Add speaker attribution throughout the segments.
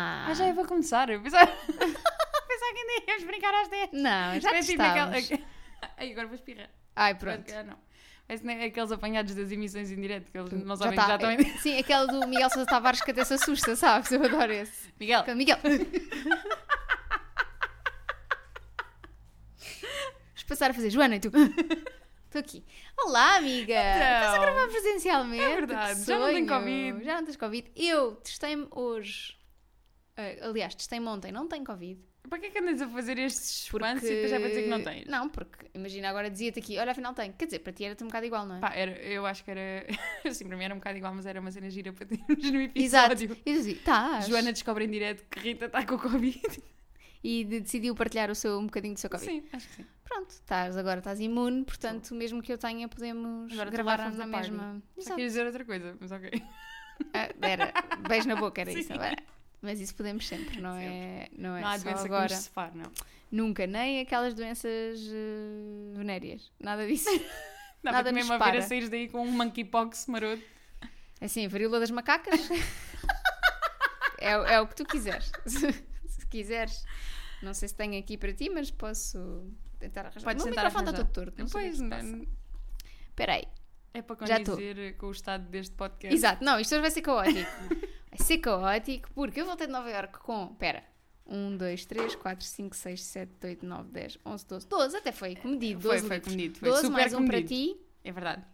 Speaker 1: a começar. Ah, Eu pensava, pensava que ainda íamos brincar às 10.
Speaker 2: Não, já
Speaker 1: Parece tipo aquela-
Speaker 2: estávamos.
Speaker 1: Ai, agora vou espirrar.
Speaker 2: Ai, pronto.
Speaker 1: Ah, não. Parece nem aqueles apanhados das emissões em direto, que eles não
Speaker 2: Já
Speaker 1: sabem
Speaker 2: tá.
Speaker 1: que já estão em...
Speaker 2: Sim, aquela do Miguel Sousa Tavares que até se assusta, sabes? Eu adoro esse.
Speaker 1: Miguel,
Speaker 2: Aquele Miguel! Vamos passar a fazer Joana e tu. Então. Estou aqui. Olá, amiga! Estás a gravar presencialmente?
Speaker 1: É verdade,
Speaker 2: Que
Speaker 1: já não tenho
Speaker 2: sonho.
Speaker 1: Covid.
Speaker 2: Já não tens Covid. Eu testei-me hoje. Ah, aliás, testei-me ontem, não tenho Covid.
Speaker 1: para que é que andas a fazer estes espantos e depois já vai dizer que não tens?
Speaker 2: Não, porque imagina agora dizia-te aqui, olha, afinal tenho. Quer dizer, para ti era-te um bocado igual, não é?
Speaker 1: Pá, era, eu acho que era. Assim, para mim era um bocado igual, mas era uma cena gira para termos no episódio.
Speaker 2: Exato. E eu dizia, tá.
Speaker 1: é Joana descobre em direto que Rita está com Covid.
Speaker 2: e de- decidiu partilhar o seu, um bocadinho do seu Covid.
Speaker 1: Sim, acho que sim.
Speaker 2: Pronto, estás, agora estás imune, portanto, mesmo que eu tenha, podemos
Speaker 1: Agora tu
Speaker 2: gravar
Speaker 1: levas
Speaker 2: na
Speaker 1: a party.
Speaker 2: mesma.
Speaker 1: Só
Speaker 2: Exato.
Speaker 1: queria dizer outra coisa, mas ok.
Speaker 2: Ah, era, beijo na boca, era
Speaker 1: Sim.
Speaker 2: isso. Agora. Mas isso podemos sempre, não é? Não é
Speaker 1: não há
Speaker 2: só
Speaker 1: doença
Speaker 2: agora.
Speaker 1: que nos separe, não.
Speaker 2: Nunca, nem aquelas doenças eh, venéreas, nada disso.
Speaker 1: Dá
Speaker 2: Nada
Speaker 1: para
Speaker 2: nos
Speaker 1: mesmo a ver
Speaker 2: separa.
Speaker 1: a sair daí com um monkeypox maroto.
Speaker 2: Assim, varíola das macacas. é, o- é o que tu quiseres. Se, se quiseres. Não sei se tenho aqui para ti, mas posso tentar arranjar.
Speaker 1: Podes
Speaker 2: o meu
Speaker 1: tentar
Speaker 2: microfone está
Speaker 1: arranjar.
Speaker 2: todo torto. não sei o que
Speaker 1: Pois,
Speaker 2: se
Speaker 1: não,
Speaker 2: passa. Espera aí.
Speaker 1: é para
Speaker 2: Já tô.
Speaker 1: condizer com o estado deste podcast.
Speaker 2: Exato, não, isto hoje vai ser caótico. Vai ser caótico porque eu voltei de Nova Iorque com. um, Pera. 1, 2, 3, 4, 5, 6, 7, 8, 9, 10, 11, 12. 12 até foi comedido.
Speaker 1: Foi,
Speaker 2: 12
Speaker 1: foi
Speaker 2: livros.
Speaker 1: comedido, foi
Speaker 2: 12
Speaker 1: super
Speaker 2: mais um para
Speaker 1: comedido.
Speaker 2: ti.
Speaker 1: É verdade.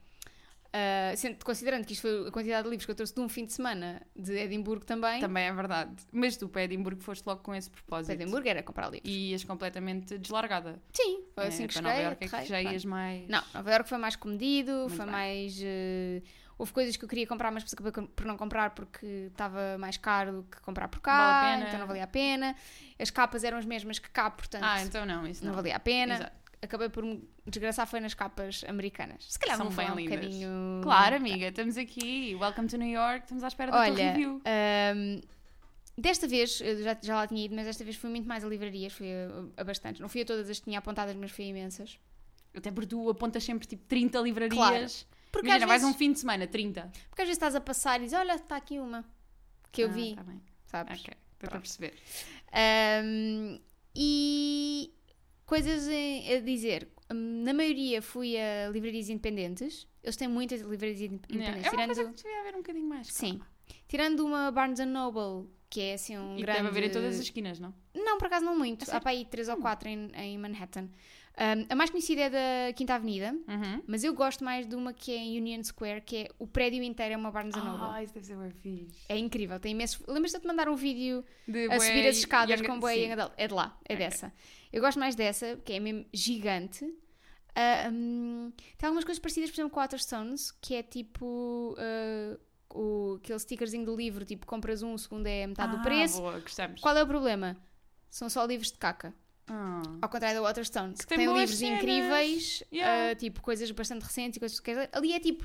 Speaker 2: Ah, sendo- considerando que isto foi a quantidade de livros que eu trouxe de um fim de semana de Edimburgo também.
Speaker 1: Também é verdade. Mas tu, para Edimburgo, foste logo com esse propósito.
Speaker 2: Edimburgo era comprar livros.
Speaker 1: E ias completamente deslargada.
Speaker 2: Sim, foi assim
Speaker 1: É,
Speaker 2: que
Speaker 1: para
Speaker 2: cheguei.
Speaker 1: Nova Iorque é que
Speaker 2: aterrei,
Speaker 1: já
Speaker 2: pronto.
Speaker 1: ias mais.
Speaker 2: Não, Nova Iorque foi mais comedido, foi
Speaker 1: bem.
Speaker 2: mais. eh, houve coisas que eu queria comprar, mas depois acabei com- por não comprar porque estava mais caro do que comprar por cá,
Speaker 1: Vale a pena.
Speaker 2: então não valia a pena. As capas eram as mesmas que cá, portanto
Speaker 1: Ah, então não, isso
Speaker 2: não.
Speaker 1: não.
Speaker 2: valia a pena.
Speaker 1: Exato.
Speaker 2: Acabei por me desgraçar foi nas capas americanas. Se calhar
Speaker 1: São
Speaker 2: vão
Speaker 1: bem
Speaker 2: falar um
Speaker 1: lindas.
Speaker 2: bocadinho.
Speaker 1: Claro, é amiga, estamos aqui. Welcome to New York. Estamos à espera da tua
Speaker 2: Olha,
Speaker 1: review.
Speaker 2: ahm, desta vez, eu já, já lá tinha ido, mas desta vez fui muito mais a livrarias, fui a, a bastantes. Não fui a todas as que tinha apontadas, mas fui a imensas.
Speaker 1: Até porque tu apontas sempre tipo 30 livrarias.
Speaker 2: Porque
Speaker 1: Imagina,
Speaker 2: às
Speaker 1: vais
Speaker 2: vezes-
Speaker 1: um fim de semana, 30.
Speaker 2: Porque às vezes estás a passar e dizes, olha, está aqui uma que eu
Speaker 1: Ah,
Speaker 2: vi,
Speaker 1: Tá bem.
Speaker 2: sabes?
Speaker 1: Ok, estou a
Speaker 2: Pronto.
Speaker 1: perceber.
Speaker 2: Ahm, e coisas em- a dizer. Hum, Na maioria fui a livrarias independentes. Eles têm muitas livrarias in-
Speaker 1: Não,
Speaker 2: independentes.
Speaker 1: é uma
Speaker 2: Então, tirando,
Speaker 1: coisa que devia haver um bocadinho mais. calma.
Speaker 2: Sim. tirando uma Barnes Noble, que é assim um
Speaker 1: E
Speaker 2: grande...
Speaker 1: deve haver em todas as esquinas, não?
Speaker 2: Não, por acaso não muito.
Speaker 1: É
Speaker 2: Há para aí três ou quatro em, em Manhattan. Ahm, a mais conhecida é da Quinta Avenida,
Speaker 1: Uhum.
Speaker 2: mas eu gosto mais de uma que é em Union Square, que é o prédio inteiro é uma Barnes
Speaker 1: Ah,
Speaker 2: Noble.
Speaker 1: isso deve ser bem fixe.
Speaker 2: É incrível, tem imensos... Lembras-te de te mandar um vídeo
Speaker 1: De
Speaker 2: a
Speaker 1: bué
Speaker 2: subir as
Speaker 1: e-
Speaker 2: escadas
Speaker 1: e-
Speaker 2: com boa e
Speaker 1: sim.
Speaker 2: Adel. É de lá, é
Speaker 1: Ok.
Speaker 2: dessa. Eu gosto mais dessa, que é mesmo gigante. Ah, hum, tem algumas coisas parecidas, por exemplo, com Waterstones, que é tipo ah, o, aquele stickerzinho do livro, tipo compras um, o segundo é metade do
Speaker 1: Ah,
Speaker 2: preço.
Speaker 1: Boa, gostamos.
Speaker 2: Qual é o problema? São só livros de caca.
Speaker 1: Ah.
Speaker 2: Ao contrário da Waterstones, que
Speaker 1: tem
Speaker 2: tem,
Speaker 1: boas
Speaker 2: livros
Speaker 1: cenas.
Speaker 2: incríveis,
Speaker 1: Yeah.
Speaker 2: ah, tipo coisas bastante recentes e coisas que tu queres ler. Ali é tipo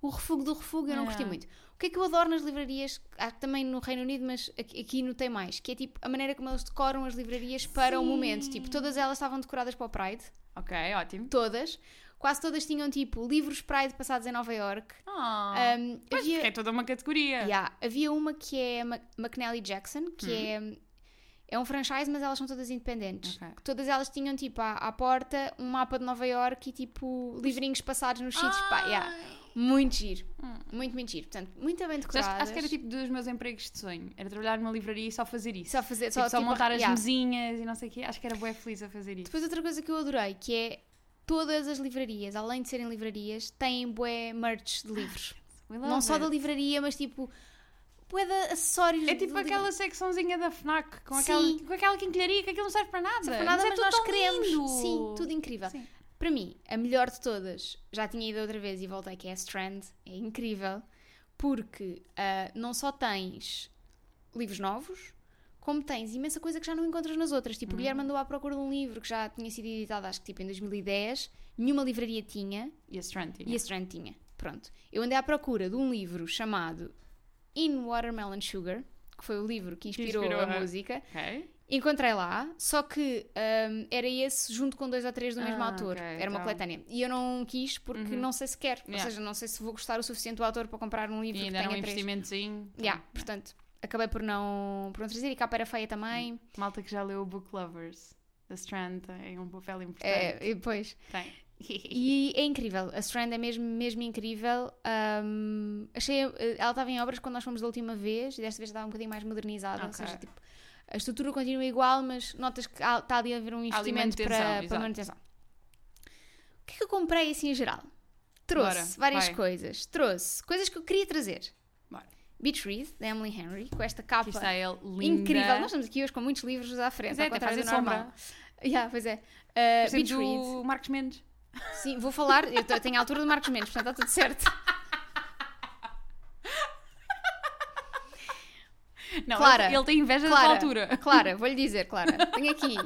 Speaker 2: o refúgio do refúgio, eu não gostei
Speaker 1: Yeah.
Speaker 2: muito. O que é que eu adoro nas livrarias, há também no Reino Unido, mas aqui, aqui não tem mais, que é tipo a maneira como eles decoram as livrarias para o
Speaker 1: Sim.
Speaker 2: momento. Tipo, todas elas estavam decoradas para o Pride,
Speaker 1: Ok, ótimo.
Speaker 2: todas. Quase todas tinham tipo livros Pride passados em Nova York.
Speaker 1: Ah, mas porque
Speaker 2: havia,
Speaker 1: é Hum. toda uma categoria.
Speaker 2: yeah, havia uma que é Ma- McNally Jackson, que é, é um franchise, mas elas são todas independentes
Speaker 1: Ok.
Speaker 2: que todas elas tinham tipo à, à porta um mapa de Nova Iorque e tipo livrinhos passados nos sítios.
Speaker 1: Ah!
Speaker 2: Pá, yeah. Muito giro. Muito, muito giro. Portanto, muito bem
Speaker 1: Hum. Sabes,
Speaker 2: decoradas.
Speaker 1: acho que era tipo dos meus empregos de sonho. Era trabalhar numa livraria e só fazer isso.
Speaker 2: Só fazer,
Speaker 1: Tipo,
Speaker 2: só,
Speaker 1: só,
Speaker 2: tipo,
Speaker 1: montar as
Speaker 2: yeah.
Speaker 1: mesinhas e não sei o quê. Acho que era bué feliz a fazer isso.
Speaker 2: Depois outra coisa que eu adorei, que é todas as livrarias, além de serem livrarias, têm bué merch
Speaker 1: Ah,
Speaker 2: de livros.
Speaker 1: We love
Speaker 2: Não só
Speaker 1: it.
Speaker 2: da livraria, mas tipo bué de acessórios.
Speaker 1: É
Speaker 2: de
Speaker 1: tipo
Speaker 2: livro.
Speaker 1: aquela secçãozinha da FNAC, com
Speaker 2: Sim.
Speaker 1: aquela, com aquela quinquilharia que aquilo não serve para nada.
Speaker 2: Não foi nada,
Speaker 1: é
Speaker 2: mas
Speaker 1: tudo
Speaker 2: nós
Speaker 1: tão
Speaker 2: queremos.
Speaker 1: lindo.
Speaker 2: Sim, tudo incrível.
Speaker 1: Sim.
Speaker 2: Para mim, a melhor de todas, já tinha ido outra vez e voltei, que é a Strand, é incrível, porque ah, não só tens livros novos, como tens imensa coisa que já não encontras nas outras. Tipo, o
Speaker 1: Hum.
Speaker 2: Guilherme andou à procura de um livro que já tinha sido editado, acho que tipo em 2010, nenhuma livraria tinha
Speaker 1: E a Strand tinha.
Speaker 2: e a Strand tinha. Pronto. Eu andei à procura de um livro chamado In Watermelon Sugar, que foi o livro que inspirou,
Speaker 1: inspirou é.
Speaker 2: a
Speaker 1: a-
Speaker 2: música.
Speaker 1: Ok.
Speaker 2: Encontrei lá, só que hum, era esse junto com dois ou três do mesmo
Speaker 1: Ah,
Speaker 2: autor.
Speaker 1: ok,
Speaker 2: era uma
Speaker 1: então. Uhum.
Speaker 2: coletânea. E eu não quis porque não sei se quero. Ou
Speaker 1: Yeah.
Speaker 2: seja, não sei se vou gostar o suficiente do autor para comprar um livro
Speaker 1: E
Speaker 2: que
Speaker 1: ainda era um
Speaker 2: tenha três.
Speaker 1: investimentozinho.
Speaker 2: Yeah, Portanto, acabei por não, por não trazer e capa era feia também.
Speaker 1: Malta que já leu o Book Lovers. da Strand tem um papel importante.
Speaker 2: É, ah, e depois.
Speaker 1: Tem.
Speaker 2: E é incrível, a Strand é mesmo, mesmo incrível. Ahm, achei, eh, ela estava em obras quando nós fomos da última vez e desta vez estava um bocadinho mais modernizada. Ou
Speaker 1: Ok.
Speaker 2: seja, tipo, a estrutura continua igual, mas notas que há- está ali a haver um investimento para,
Speaker 1: manutenção,
Speaker 2: para
Speaker 1: exato.
Speaker 2: manutenção. O que é que eu comprei assim em geral? Trouxe
Speaker 1: Bora,
Speaker 2: várias
Speaker 1: vai.
Speaker 2: coisas. Trouxe coisas que eu queria trazer.
Speaker 1: Bora.
Speaker 2: Beach Read, da Emily Henry, com esta
Speaker 1: Aqui
Speaker 2: capa
Speaker 1: está ele, linda.
Speaker 2: incrível. Nós estamos aqui hoje com muitos livros à frente,
Speaker 1: Pois é,
Speaker 2: ao
Speaker 1: até
Speaker 2: contrário do
Speaker 1: fazem sombra.
Speaker 2: normal. Yeah, pois é. Uh,
Speaker 1: Parecemos
Speaker 2: Beach Read.
Speaker 1: o Marcos Mendes.
Speaker 2: Sim, vou falar, eu te- tenho a altura do Marcos Mendes, portanto está tudo certo.
Speaker 1: Não,
Speaker 2: Clara.
Speaker 1: ele, ele tem inveja
Speaker 2: Clara,
Speaker 1: da altura.
Speaker 2: Clara, vou-lhe dizer, Clara. Tenho aqui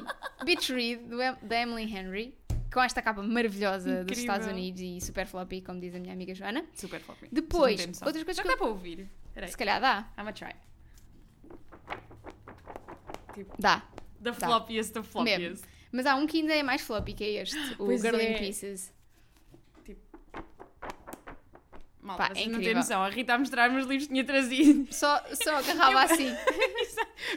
Speaker 2: Beach Read, do Em- da Emily Henry, com esta capa maravilhosa dos
Speaker 1: Incrível.
Speaker 2: Estados Unidos e super floppy, como diz a minha amiga Joana.
Speaker 1: Super floppy.
Speaker 2: Depois,
Speaker 1: Vocês não têm noção.
Speaker 2: outras coisas
Speaker 1: Já
Speaker 2: que
Speaker 1: dá para ouvir. Espera aí.
Speaker 2: Se calhar dá,
Speaker 1: I'm a try.
Speaker 2: dá.
Speaker 1: The
Speaker 2: Tá.
Speaker 1: floppiest, the floppiest.
Speaker 2: Mas há um que ainda é mais floppy que é este, o
Speaker 1: Pois
Speaker 2: Girl in
Speaker 1: é.
Speaker 2: Pieces.
Speaker 1: Malta,
Speaker 2: Pá, é
Speaker 1: vocês não têm
Speaker 2: incrível.
Speaker 1: noção. A Rita a mostrar-me os livros que tinha trazido.
Speaker 2: Só, só agarrava assim.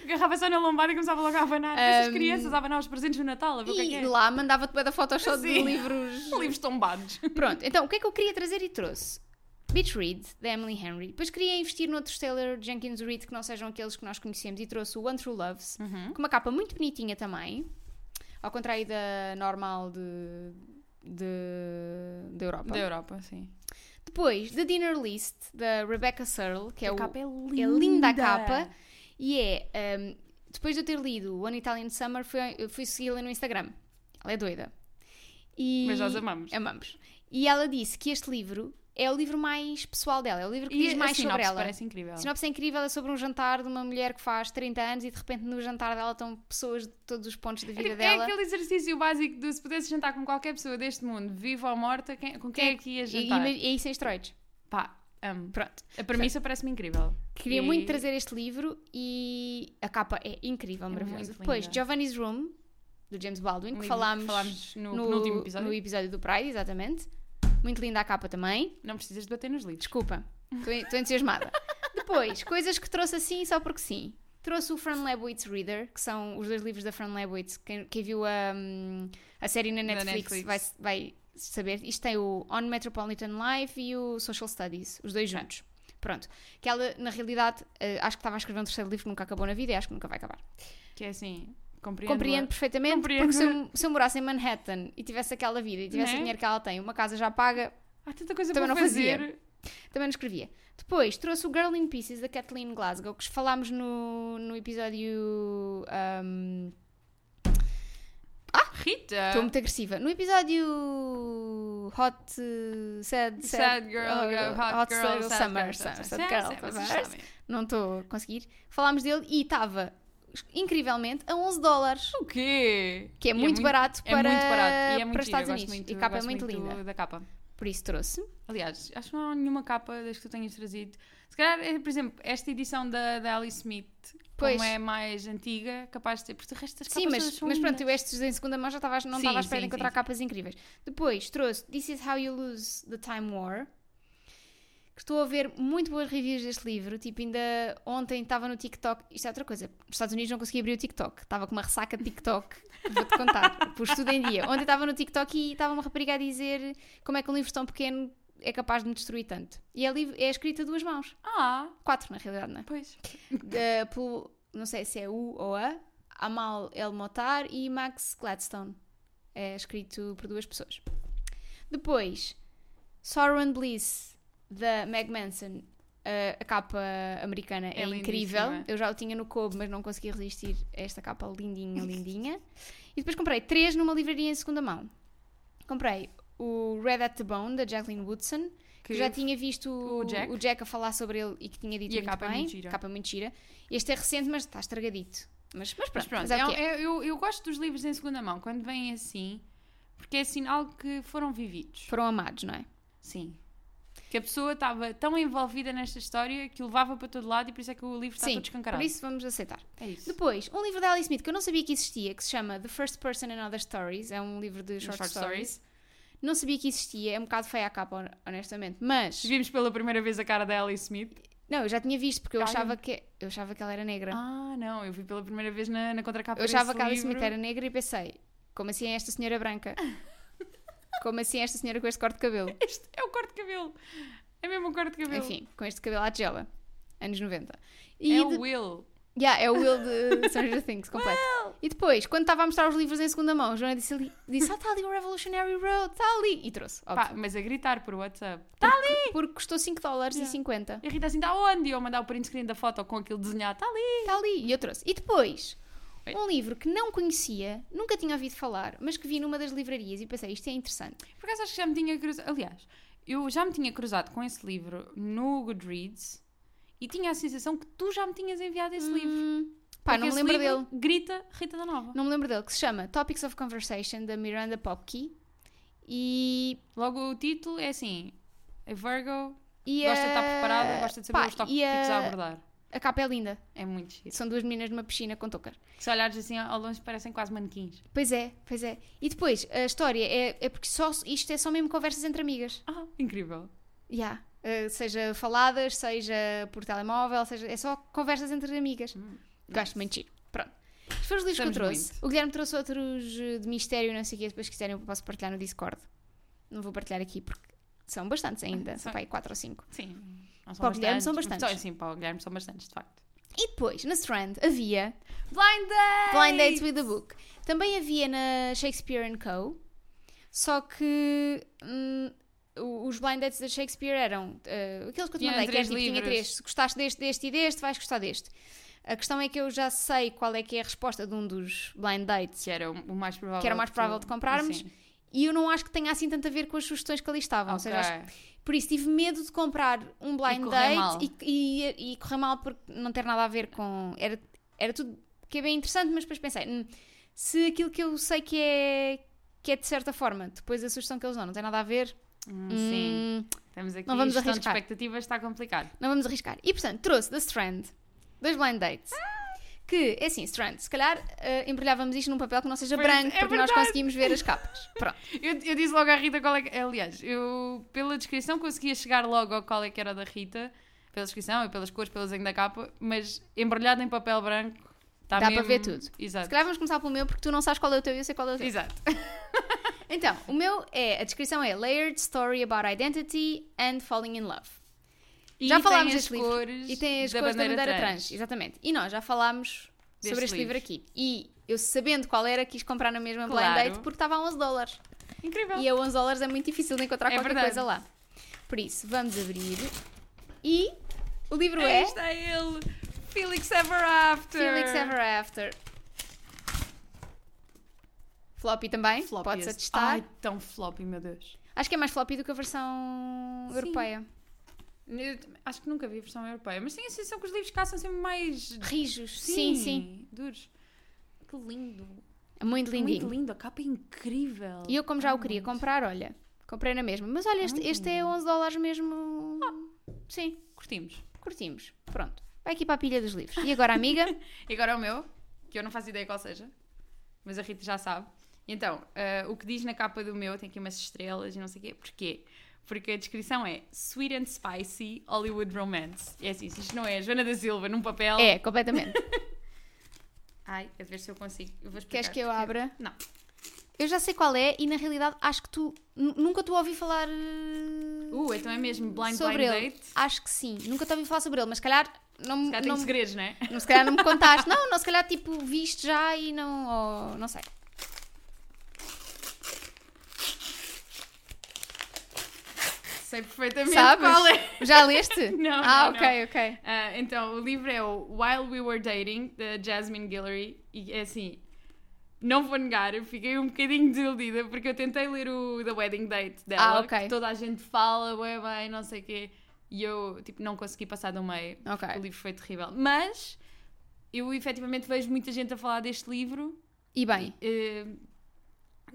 Speaker 1: Agarrava só na lombada e começava logo a abanar. Essas
Speaker 2: Um,
Speaker 1: crianças a abanar os presentes no Natal, a ver o que é que
Speaker 2: E
Speaker 1: é.
Speaker 2: lá mandava-te bué da foto só de
Speaker 1: Sim.
Speaker 2: livros
Speaker 1: Livros tombados.
Speaker 2: Pronto, então o que é que eu queria trazer e trouxe? Beach Read, da Emily Henry. Depois queria investir noutros Taylor Jenkins Reid que não sejam aqueles que nós conhecemos e trouxe o One True Loves, com uma capa muito bonitinha também, ao contrário da normal de, de, da Europa.
Speaker 1: Europa, sim.
Speaker 2: Depois, The Dinner List, da Rebecca Searle, que é,
Speaker 1: a
Speaker 2: o,
Speaker 1: capa é linda.
Speaker 2: é linda a capa. E é, hum, depois de eu ter lido One Italian Summer, fui, eu fui segui-la no Instagram. Ela é doida. E-
Speaker 1: Mas nós amamos.
Speaker 2: Amamos. E ela disse que este livro é o livro mais pessoal dela, é o livro que diz
Speaker 1: a
Speaker 2: mais sobre
Speaker 1: sinopse
Speaker 2: ela.
Speaker 1: parece incrível.
Speaker 2: A sinopse é incrível, é sobre um jantar de uma mulher que faz 30 anos e de repente no jantar dela estão pessoas de todos os pontos da
Speaker 1: É
Speaker 2: vida
Speaker 1: tipo- é
Speaker 2: dela.
Speaker 1: aquele exercício básico de se pudesse jantar com qualquer pessoa deste mundo, viva ou morta, quem- com quem é que ia
Speaker 2: E,
Speaker 1: jantar?
Speaker 2: e- e é isso em esteroides.
Speaker 1: Pá, amo.
Speaker 2: Pronto.
Speaker 1: A premissa parece-me incrível.
Speaker 2: Queria
Speaker 1: E-
Speaker 2: muito trazer este livro e a capa é incrível, maravilhosa.
Speaker 1: muito
Speaker 2: Depois,
Speaker 1: linda.
Speaker 2: Giovanni's Room, do James Baldwin,
Speaker 1: Um livro
Speaker 2: que falámos,
Speaker 1: no,
Speaker 2: no,
Speaker 1: no último episódio.
Speaker 2: no episódio do Pride, exatamente. Muito linda a capa também.
Speaker 1: Não precisas de bater nos livros.
Speaker 2: Desculpa, estou entusiasmada. Depois, coisas que trouxe assim só porque sim. Trouxe o Fran Lebowitz Reader, que são os dois livros da Fran Lebowitz. Quem, quem viu a, hum, a série na
Speaker 1: Na
Speaker 2: Netflix,
Speaker 1: Netflix.
Speaker 2: Vai, vai saber. Isto tem o On Metropolitan Life e o Social Studies, os dois juntos. Pronto. Que ela, na realidade, eh, acho que estava a escrever um terceiro livro que nunca acabou na vida e acho que nunca vai acabar.
Speaker 1: Que é assim, compreendo.
Speaker 2: Compreendo perfeitamente,
Speaker 1: Compreendo.
Speaker 2: porque se eu, se eu morasse em Manhattan e tivesse aquela vida e tivesse
Speaker 1: Né?
Speaker 2: o dinheiro que ela tem, uma casa já paga,
Speaker 1: Há tanta coisa
Speaker 2: Também
Speaker 1: para
Speaker 2: não fazia.
Speaker 1: fazer.
Speaker 2: Também não escrevia. Depois trouxe o Girl in Pieces da Kathleen Glasgow, que falámos no, no episódio. ahm,
Speaker 1: Rita!
Speaker 2: Estou muito agressiva. No episódio. Hot. eh, Sad, sad,
Speaker 1: Sad girl,
Speaker 2: oh,
Speaker 1: girl, hot, girl,
Speaker 2: Sad Summer. Sad, sad Girl.
Speaker 1: vocês
Speaker 2: Summer.
Speaker 1: sabem.
Speaker 2: Não estou a conseguir. Falámos dele e estava, incrivelmente, a 11 dólares.
Speaker 1: O quê?
Speaker 2: Que é
Speaker 1: E
Speaker 2: muito barato
Speaker 1: É
Speaker 2: para-
Speaker 1: muito barato. E é muito
Speaker 2: para
Speaker 1: giro, eu
Speaker 2: Estados
Speaker 1: gosto
Speaker 2: Unidos.
Speaker 1: muito-
Speaker 2: E a capa é
Speaker 1: gosto
Speaker 2: muito linda.
Speaker 1: da capa.
Speaker 2: Por isso trouxe.
Speaker 1: Aliás, acho que não há nenhuma capa das que tu tenhas trazido. Se calhar, é, por exemplo, esta edição da, da Alice Smith,
Speaker 2: Pois.
Speaker 1: como é mais antiga, capaz de ter. Porque o resto das capas
Speaker 2: Sim,
Speaker 1: todas
Speaker 2: mas,
Speaker 1: são
Speaker 2: mas pronto,
Speaker 1: lindas.
Speaker 2: eu estes em segunda mão já estava, não
Speaker 1: um Sim,
Speaker 2: estava à espera de
Speaker 1: sim,
Speaker 2: encontrar
Speaker 1: sim,
Speaker 2: capas incríveis. Depois trouxe This Is How You Lose the Time War, que estou a ver muito boas reviews deste livro. Tipo, ainda ontem estava no TikTok. Isto é outra coisa, nos Estados Unidos não consegui abrir o TikTok. Estava com uma ressaca de TikTok, que vou-te contar. Pus tudo em dia. Ontem estava no TikTok e estava uma rapariga a dizer como é que um livro tão pequeno é capaz de me destruir tanto. E é, liv- é escrito a duas mãos.
Speaker 1: Ah,
Speaker 2: Quatro, na realidade, não é?
Speaker 1: pois.
Speaker 2: de- Eh, pelo, não sei se é U ou A, Amal El Motar e Max Gladstone. É escrito por duas pessoas. Depois, Sorrow and Bliss, da Meg Manson. Uh, a capa americana é,
Speaker 1: É
Speaker 2: incrível.
Speaker 1: lindíssima.
Speaker 2: Eu já o tinha no coube, mas não consegui resistir a esta capa lindinha, lindinha. E depois comprei três numa livraria em segunda mão. Comprei o Red at the Bone, da Jacqueline Woodson, que eu já tinha visto o
Speaker 1: o
Speaker 2: Jack.
Speaker 1: Jack.
Speaker 2: a falar sobre ele e que tinha dito
Speaker 1: E a
Speaker 2: muito
Speaker 1: capa é
Speaker 2: bem.
Speaker 1: muito gira.
Speaker 2: a capa é muito gira. Este é recente, mas está estragadito. Mas, mas pronto,
Speaker 1: Mas pronto,
Speaker 2: mas é o
Speaker 1: é um-
Speaker 2: que é.
Speaker 1: é- eu, eu gosto dos livros em segunda mão, quando vêm assim, porque é sinal que foram vividos.
Speaker 2: Foram amados, não é?
Speaker 1: Sim. Que a pessoa estava tão envolvida nesta história que o levava para todo lado e por isso é que o livro está
Speaker 2: Sim,
Speaker 1: todo escancarado.
Speaker 2: por isso vamos aceitar.
Speaker 1: É isso.
Speaker 2: Depois, um livro da Alice Smith que eu não sabia que existia, que se chama The First Person and Other Stories. É um livro de
Speaker 1: Nos
Speaker 2: short,
Speaker 1: short
Speaker 2: stories.
Speaker 1: stories.
Speaker 2: Não sabia que existia, é um bocado feia a capa, hon- honestamente. Mas
Speaker 1: Vimos pela primeira vez a cara da Ellie Smith.
Speaker 2: Não, eu já tinha visto, porque eu
Speaker 1: Ai,
Speaker 2: achava que, eu achava que ela era negra.
Speaker 1: Ah, não, eu vi pela primeira vez na, na contracapa
Speaker 2: eu achava
Speaker 1: desse
Speaker 2: que a Alice
Speaker 1: livro.
Speaker 2: Smith era negra e pensei, como assim é esta senhora branca? Como assim é esta senhora com este corte de cabelo?
Speaker 1: Este é o corte de cabelo. É mesmo o corte de cabelo.
Speaker 2: Enfim, com este cabelo à tigela. Anos 90.
Speaker 1: é
Speaker 2: E de-
Speaker 1: o Will.
Speaker 2: Yeah, é o Will de Stranger Things, completo. E depois, quando estava a mostrar os livros em segunda mão, a Joana disse ali, disse, ah, está ali o Revolutionary Road, está ali. E trouxe,
Speaker 1: Pá,
Speaker 2: óbvio.
Speaker 1: mas a gritar por WhatsApp. Tá ali!
Speaker 2: Porque custou 5 dólares e
Speaker 1: Yeah.
Speaker 2: 50.
Speaker 1: E a Rita assim, está onde? E eu a mandar o print screen da foto com aquilo desenhado. Tá ali!
Speaker 2: Está ali. E eu trouxe. E depois,
Speaker 1: Oi.
Speaker 2: um livro que não conhecia, nunca tinha ouvido falar, mas que vi numa das livrarias e pensei, isto é interessante.
Speaker 1: Por acaso acho que já me tinha cruzado. Aliás, eu já me tinha cruzado com esse livro no Goodreads e tinha a sensação que tu já me tinhas enviado esse livro.
Speaker 2: Hum, pá, não
Speaker 1: Porque
Speaker 2: me
Speaker 1: é esse
Speaker 2: lembro dele.
Speaker 1: livro Grita Rita da Nova.
Speaker 2: Não me lembro dele. Que se chama Topics of Conversation, da Miranda Popke. E...
Speaker 1: Logo o título é assim: a Virgo
Speaker 2: e
Speaker 1: gosta de estar
Speaker 2: a-
Speaker 1: preparada, gosta de saber
Speaker 2: pá,
Speaker 1: os tópicos é
Speaker 2: e
Speaker 1: a
Speaker 2: a...
Speaker 1: abordar.
Speaker 2: a capa é linda.
Speaker 1: É muito giro.
Speaker 2: São duas meninas numa piscina com touca.
Speaker 1: Se olhares assim ao longe, parecem quase manequins.
Speaker 2: Pois é, pois é. E depois, a história é, é porque só, isto é só mesmo conversas entre amigas.
Speaker 1: Ah, incrível.
Speaker 2: Yeah. Uh, seja faladas, seja por telemóvel, seja, é só conversas entre amigas.
Speaker 1: Hum,
Speaker 2: Gosto muito de giro. Pronto. Estes foram os livros que eu
Speaker 1: Gostamos
Speaker 2: trouxe. O Guilherme trouxe outros eh, de mistério, não sei o que, depois se quiserem eu posso partilhar no Discord. Não vou partilhar aqui porque são bastantes ainda, são
Speaker 1: Ah, São-
Speaker 2: para aí 4 ou 5.
Speaker 1: Sim. Não
Speaker 2: Para o Guilherme são bastantes.
Speaker 1: Mas, sim, para o Guilherme são bastantes, de facto.
Speaker 2: E depois, na Strand, havia
Speaker 1: Blind Date!
Speaker 2: Blind Dates with a Book. Também havia na Shakespeare and Co. Só que hum, o- os blind dates da Shakespeare eram eh, aqueles que eu te
Speaker 1: Tinha
Speaker 2: mandei, que era
Speaker 1: três
Speaker 2: tipo, tinha
Speaker 1: livros.
Speaker 2: três. Se gostaste deste, deste e deste, vais gostar deste. A questão é que eu já sei qual é que é a resposta de um dos blind dates
Speaker 1: Que era o o mais provável.
Speaker 2: Que era o mais
Speaker 1: de-
Speaker 2: provável de comprarmos.
Speaker 1: Sim.
Speaker 2: e eu não acho que tenha assim tanto a ver com as sugestões que ali estavam. Ou seja, acho-
Speaker 1: Ok.
Speaker 2: por isso tive medo de comprar um blind
Speaker 1: E correr
Speaker 2: date
Speaker 1: mal.
Speaker 2: E, e, e correr mal porque não ter nada a ver com. Era, era tudo que é bem interessante, mas depois pensei, "Hum, se aquilo que eu sei que é, que é de certa forma, depois a sugestão que eles dão não tem nada a ver,
Speaker 1: Hum, Sim.
Speaker 2: hum,
Speaker 1: Temos aqui
Speaker 2: Não vamos
Speaker 1: gestão de
Speaker 2: arriscar.
Speaker 1: expectativas, está complicado.
Speaker 2: não vamos arriscar. E portanto, trouxe da Strand dois blind dates. Que é assim, Strand, se calhar eh, embrulhávamos isto num papel que não seja
Speaker 1: Pois,
Speaker 2: branco,
Speaker 1: é
Speaker 2: porque nós
Speaker 1: verdade.
Speaker 2: conseguimos ver as capas. Pronto.
Speaker 1: Eu, eu disse logo à Rita qual é que. Aliás, eu, pela descrição, conseguia chegar logo ao qual é que era da Rita. Pela descrição e pelas cores, pelo desenho da capa, mas embrulhado em papel branco. Está
Speaker 2: Dá para
Speaker 1: mesmo...
Speaker 2: ver tudo. Se
Speaker 1: Exato.
Speaker 2: calhar vamos começar pelo meu, porque tu não sabes qual é o teu e eu sei qual é o teu.
Speaker 1: Exato.
Speaker 2: Então, o meu é, a descrição é Layered Story About Identity and Falling in Love.
Speaker 1: E
Speaker 2: já
Speaker 1: tem
Speaker 2: falámos
Speaker 1: as
Speaker 2: deste livro.
Speaker 1: cores
Speaker 2: E tem as
Speaker 1: da
Speaker 2: cores
Speaker 1: bandeira
Speaker 2: da bandeira
Speaker 1: trans.
Speaker 2: trans. exatamente. E nós já falámos
Speaker 1: Deste
Speaker 2: sobre este livro.
Speaker 1: livro.
Speaker 2: aqui. E eu, sabendo qual era, quis comprar na mesma
Speaker 1: Claro.
Speaker 2: blind date porque estava a 11 dólares.
Speaker 1: Incrível.
Speaker 2: E a 11 dólares é muito difícil de encontrar
Speaker 1: É
Speaker 2: qualquer
Speaker 1: verdade.
Speaker 2: coisa lá. Por isso, vamos abrir. E o livro é
Speaker 1: Aí está ele. Felix Ever After.
Speaker 2: Felix Ever After. Floppy também,
Speaker 1: Floppy
Speaker 2: pode-se
Speaker 1: esse.
Speaker 2: atestar.
Speaker 1: Ai, tão floppy, meu Deus.
Speaker 2: Acho que é mais floppy do que a versão
Speaker 1: Sim.
Speaker 2: europeia.
Speaker 1: Eu também- acho que nunca vi a versão europeia, mas tenho a sensação que os livros cá são sempre mais.
Speaker 2: Rijos, sim, sim.
Speaker 1: Duros. Que lindo.
Speaker 2: É Muito lindinho.
Speaker 1: Muito lindo, a capa é incrível.
Speaker 2: E eu, como já o
Speaker 1: Ah,
Speaker 2: queria
Speaker 1: muito.
Speaker 2: comprar, olha, comprei na mesma. Mas olha, este,
Speaker 1: Muito
Speaker 2: este é
Speaker 1: lindo. Ah.
Speaker 2: 11 dólares mesmo. Sim,
Speaker 1: Curtimos.
Speaker 2: curtimos. Pronto. Vai aqui para a pilha dos livros. E agora, amiga?
Speaker 1: E agora é o meu, que eu não faço ideia qual seja, mas a Rita já sabe. Então, eh, o que diz na capa do meu tem aqui umas estrelas e não sei o quê. Porquê? Porque a descrição é Sweet and Spicy Hollywood Romance. E é assim, se isto não é a Joana da Silva num papel.
Speaker 2: é, completamente.
Speaker 1: Ai, a ver se eu consigo. Eu vou explicar
Speaker 2: Queres que eu
Speaker 1: porque-
Speaker 2: abra?
Speaker 1: Não.
Speaker 2: Eu já sei qual é e, na realidade, acho que tu. nu- Nunca tu ouvi falar. eh,
Speaker 1: Uh, então é mesmo Blind
Speaker 2: sobre
Speaker 1: Blind
Speaker 2: ele.
Speaker 1: Date. Se
Speaker 2: Acho que sim. Nunca te ouvi falar sobre ele, mas se calhar. Não, me-
Speaker 1: calhar
Speaker 2: não,
Speaker 1: tem segredos, não é?
Speaker 2: não- se calhar não me contaste. Não, não, se calhar tipo viste já e não. ou não sei.
Speaker 1: Sei perfeitamente
Speaker 2: Sabes?
Speaker 1: qual é.
Speaker 2: Já leste?
Speaker 1: Não,
Speaker 2: Ah,
Speaker 1: não, não.
Speaker 2: ok, ok.
Speaker 1: Ah, então, o livro é o While We Were Dating, da Jasmine Guillory. E é assim, não vou negar, eu fiquei um bocadinho desiludida porque eu tentei ler o The Wedding Date dela,
Speaker 2: Ah, ok.
Speaker 1: que toda a gente fala, ué, bem, não sei o quê. E eu, tipo, não consegui passar do meio.
Speaker 2: Ok.
Speaker 1: O livro foi terrível. Mas, eu efetivamente vejo muita gente a falar deste livro.
Speaker 2: E bem,
Speaker 1: Eh,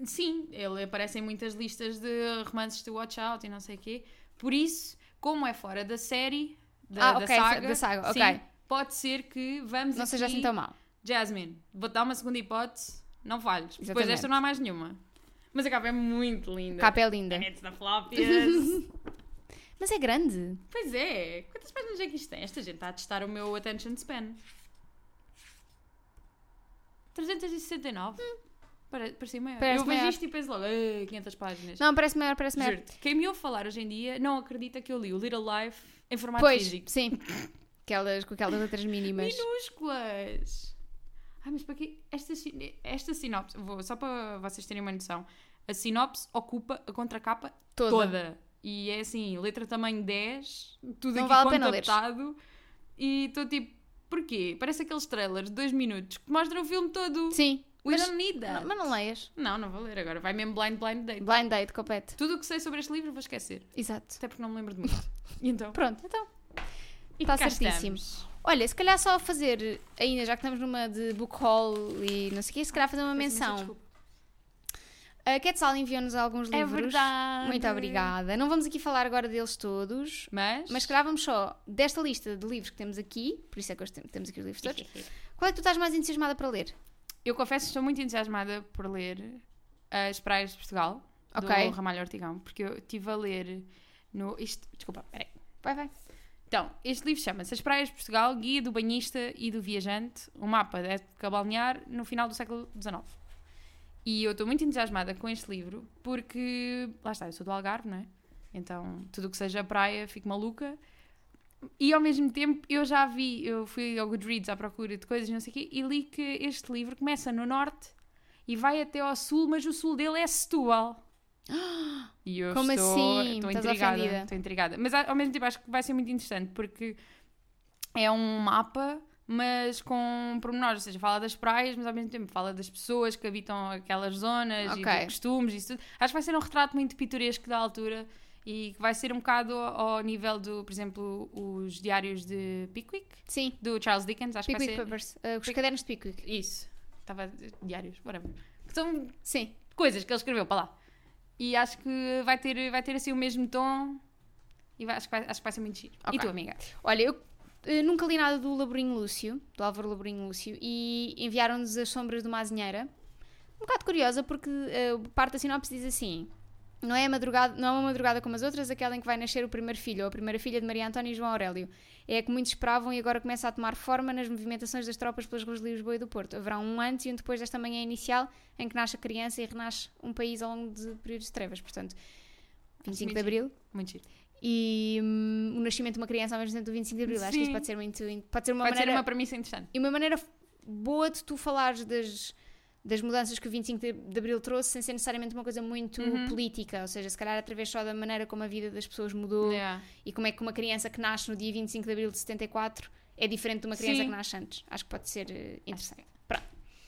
Speaker 1: sim, ele aparece em muitas listas de romances de Watch Out e não sei o quê. Por isso, como é fora da série, da,
Speaker 2: Ah,
Speaker 1: da
Speaker 2: ok,
Speaker 1: saga,
Speaker 2: da saga,
Speaker 1: sim,
Speaker 2: ok.
Speaker 1: pode ser que vamos
Speaker 2: não seja
Speaker 1: aqui-
Speaker 2: assim tão mal.
Speaker 1: Jasmine, vou-te dar uma segunda hipótese, não falhes. Depois
Speaker 2: Exatamente.
Speaker 1: desta não há mais nenhuma. Mas a capa é muito linda.
Speaker 2: Capa é linda.
Speaker 1: Canetes na floppies.
Speaker 2: Mas é grande.
Speaker 1: Pois é, quantas páginas é que isto tem? Esta gente está a testar o meu attention span. 369. Pare- Parecia maior.
Speaker 2: Hum. Parece
Speaker 1: eu vejo
Speaker 2: maior.
Speaker 1: isto e penso logo, "Ei, 500 páginas.
Speaker 2: Não, parece maior, parece maior.
Speaker 1: Juro-te, quem me ouve falar hoje em dia não acredita que eu li o Little Life em formato
Speaker 2: Pois,
Speaker 1: físico.
Speaker 2: sim. Aquelas, com aquelas letras mínimas.
Speaker 1: Minúsculas! Ai, mas para quê? Esta, sin- esta sinopse, vou- só para vocês terem uma noção, a sinopse ocupa a contracapa
Speaker 2: Toda.
Speaker 1: toda. E é assim, letra tamanho 10, tudo
Speaker 2: Não
Speaker 1: aqui
Speaker 2: vale a pena leres.
Speaker 1: contactado. E estou tipo, porquê? Parece aqueles trailers de 2 minutos que mostram o filme todo.
Speaker 2: Sim.
Speaker 1: We
Speaker 2: Mas,
Speaker 1: don't need that.
Speaker 2: não, mas não é. leias.
Speaker 1: Não, não vou ler agora. Vai mesmo blind, blind date.
Speaker 2: Blind date, compete.
Speaker 1: Tudo o que sei sobre este livro vou esquecer.
Speaker 2: Exato.
Speaker 1: Até porque não me lembro de muito. E então,
Speaker 2: Pronto, então.
Speaker 1: e
Speaker 2: tá
Speaker 1: cá
Speaker 2: certíssimo.
Speaker 1: estamos.
Speaker 2: Olha, se calhar só fazer, ainda já que estamos numa de book haul e não sei o quê, se calhar fazer uma
Speaker 1: Peço imensa
Speaker 2: menção.
Speaker 1: desculpa.
Speaker 2: A Quetzal enviou-nos alguns
Speaker 1: É
Speaker 2: livros.
Speaker 1: verdade.
Speaker 2: Muito obrigada. Não vamos aqui falar agora deles todos,
Speaker 1: Mas.
Speaker 2: mas se calhar vamos só desta lista de livros que temos aqui, por isso é que hoje tem- temos aqui os livros todos. Qual é que tu estás mais entusiasmada para ler?
Speaker 1: Eu confesso que estou muito entusiasmada por ler As Praias de Portugal,
Speaker 2: Ok.
Speaker 1: do Ramalho Ortigão, porque eu estive a ler no. Isto, desculpa, peraí.
Speaker 2: Vai, vai.
Speaker 1: Então, este livro chama-se As Praias de Portugal, Guia do Banhista e do Viajante, um mapa da época balnear no final do século XIX. E eu estou muito entusiasmada com este livro porque, lá está, eu sou do Algarve, não é? Então, tudo o que seja praia, fico maluca. E ao mesmo tempo, eu já vi, eu fui ao Goodreads à procura de coisas, não sei o quê, e li que este livro começa no norte e vai até ao sul, mas o sul dele é Setúbal. E eu
Speaker 2: Como
Speaker 1: estou,
Speaker 2: assim?
Speaker 1: estou
Speaker 2: Estás
Speaker 1: intrigada,
Speaker 2: ofendida?
Speaker 1: estou intrigada. Mas a- ao mesmo tempo acho que vai ser muito interessante porque é um mapa, mas com pormenores, ou seja, fala das praias, mas ao mesmo tempo fala das pessoas que habitam aquelas zonas e
Speaker 2: Ok.
Speaker 1: dos costumes e isso tudo. Acho que vai ser um retrato muito pitoresco da altura e que vai ser um bocado ao ao nível do, por exemplo, os diários de Pickwick,
Speaker 2: Sim,
Speaker 1: do Charles Dickens, acho
Speaker 2: Pickwick
Speaker 1: que vai
Speaker 2: Papers.
Speaker 1: ser.
Speaker 2: eh, os cadernos de Pickwick.
Speaker 1: Isso. Estava diários, whatever. Que são
Speaker 2: Sim.
Speaker 1: coisas que ele escreveu para lá. E acho que vai ter, vai ter assim o mesmo tom e vai- acho, que vai, acho que vai ser muito giro.
Speaker 2: Ok.
Speaker 1: E tu, amiga?
Speaker 2: Olha, eu eh, nunca li nada do Labrinho Lúcio, do Álvaro Labrinho Lúcio, e enviaram-nos as sombras do Mazinheira. Um bocado curiosa, porque eh, parte da sinopse diz assim: não é, a madrugada, não é uma madrugada como as outras, aquela em que vai nascer o primeiro filho, ou a primeira filha de Maria Antónia e João Aurélio. É a que muitos esperavam e agora começa a tomar forma nas movimentações das tropas pelas ruas de Lisboa e do Porto. Haverá um antes e um depois desta manhã inicial em que nasce a criança e renasce um país ao longo de períodos de trevas. Portanto, 25 de
Speaker 1: muito
Speaker 2: Abril,
Speaker 1: Muito giro.
Speaker 2: e hum, o nascimento de uma criança ao mesmo tempo do 25 de Abril. Acho que isso
Speaker 1: Sim.
Speaker 2: pode ser muito. in- Pode ser uma
Speaker 1: Pode ser
Speaker 2: maneira.
Speaker 1: uma premissa interessante.
Speaker 2: E uma maneira f- boa de tu falares das, das mudanças que o 25 de, de Abril trouxe sem ser necessariamente uma coisa muito
Speaker 1: Uhum.
Speaker 2: política. Ou seja, se calhar através só da maneira como a vida das pessoas mudou
Speaker 1: Yeah.
Speaker 2: e como é que uma criança que nasce no dia 25 de Abril de 74 é diferente de uma criança
Speaker 1: Sim.
Speaker 2: que nasce antes. Acho que pode ser eh, interessante.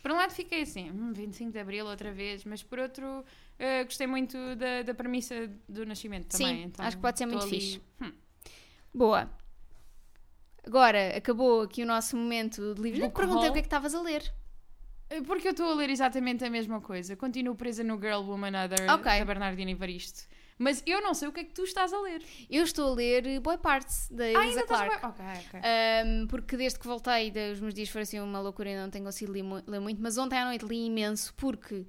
Speaker 1: Por um lado fiquei assim, hum, 25 de Abril outra vez, mas por outro eh, gostei muito da, da premissa do nascimento
Speaker 2: Sim,
Speaker 1: também. então
Speaker 2: acho que pode ser
Speaker 1: estou
Speaker 2: muito
Speaker 1: ali-
Speaker 2: fixe.
Speaker 1: Hum,
Speaker 2: Boa. Agora acabou aqui o nosso momento de livros. Não te
Speaker 1: Book
Speaker 2: perguntei
Speaker 1: haul.
Speaker 2: o que é que estavas a ler.
Speaker 1: Eh, Porque eu estou a ler exatamente a mesma coisa. Continuo presa no Girl Woman Other
Speaker 2: Ok.
Speaker 1: da Bernardina Evaristo. Mas eu não sei o que é que tu estás a ler.
Speaker 2: Eu estou a ler Boy Parts, da
Speaker 1: Ah,
Speaker 2: Elisa
Speaker 1: ainda
Speaker 2: Clark.
Speaker 1: estás a ler? Ok, ok.
Speaker 2: Um, porque desde que voltei, de- os meus dias foram assim uma loucura e não tenho conseguido li- mu- ler, muito. Mas ontem à noite li imenso porque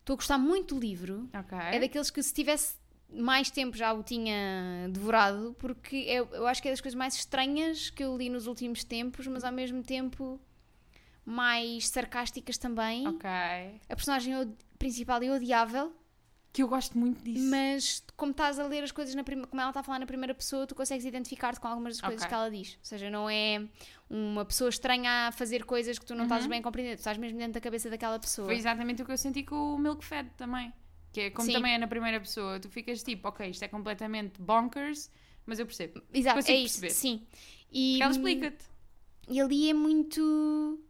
Speaker 2: estou a gostar muito do livro.
Speaker 1: Ok.
Speaker 2: É daqueles que se tivesse mais tempo já o tinha devorado, porque é- eu acho que é das coisas mais estranhas que eu li nos últimos tempos, mas ao mesmo tempo mais sarcásticas também.
Speaker 1: Ok.
Speaker 2: A personagem od- principal é odiável.
Speaker 1: Que eu gosto muito disso.
Speaker 2: Mas como estás a ler as coisas, na prima- como ela está a falar na primeira pessoa, tu consegues identificar-te com algumas das coisas
Speaker 1: Ok.
Speaker 2: que ela diz. Ou seja, não é uma pessoa estranha a fazer coisas que tu não
Speaker 1: Uhum.
Speaker 2: estás bem a compreender. Tu estás mesmo dentro da cabeça daquela pessoa.
Speaker 1: Foi exatamente o que eu senti com o Milk Fed também. Que é como
Speaker 2: Sim.
Speaker 1: também é na primeira pessoa, tu ficas tipo, ok, isto é completamente bonkers, mas eu percebo.
Speaker 2: Exato, é
Speaker 1: Consigo
Speaker 2: isso.
Speaker 1: perceber.
Speaker 2: Sim. E,
Speaker 1: Porque ela explica-te.
Speaker 2: e ali é muito.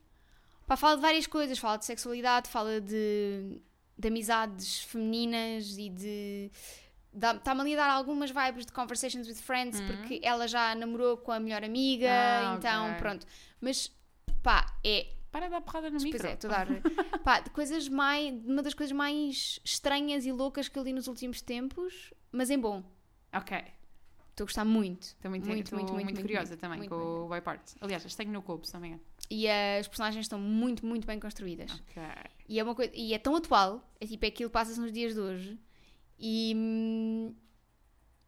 Speaker 2: Pá, fala de várias coisas. Fala de sexualidade, fala de, de amizades femininas e de. dá- Está-me ali a dar algumas vibes de conversations with friends, porque ela já namorou com a melhor amiga,
Speaker 1: Uhum. Ah,
Speaker 2: então
Speaker 1: ok.
Speaker 2: pronto. Mas pá, é
Speaker 1: Para de dar porrada no micro.
Speaker 2: Pois é, estou a dar. Pá, de coisas mais. de Uma das coisas mais estranhas e loucas que eu li nos últimos tempos, mas em bom.
Speaker 1: Ok.
Speaker 2: Estou a gostar muito.
Speaker 1: Estou muito,
Speaker 2: Muito,
Speaker 1: estou
Speaker 2: muito,
Speaker 1: muito,
Speaker 2: muito, muito,
Speaker 1: curiosa
Speaker 2: muito,
Speaker 1: também
Speaker 2: muito,
Speaker 1: com
Speaker 2: muito.
Speaker 1: o Boy Parts. Aliás, as tenho no Cobo, se não me engano.
Speaker 2: E eh, as personagens estão muito, muito bem construídas.
Speaker 1: Ok.
Speaker 2: E é uma coisa. E é tão atual. É tipo, é aquilo que passa-se nos dias de hoje. E. hum,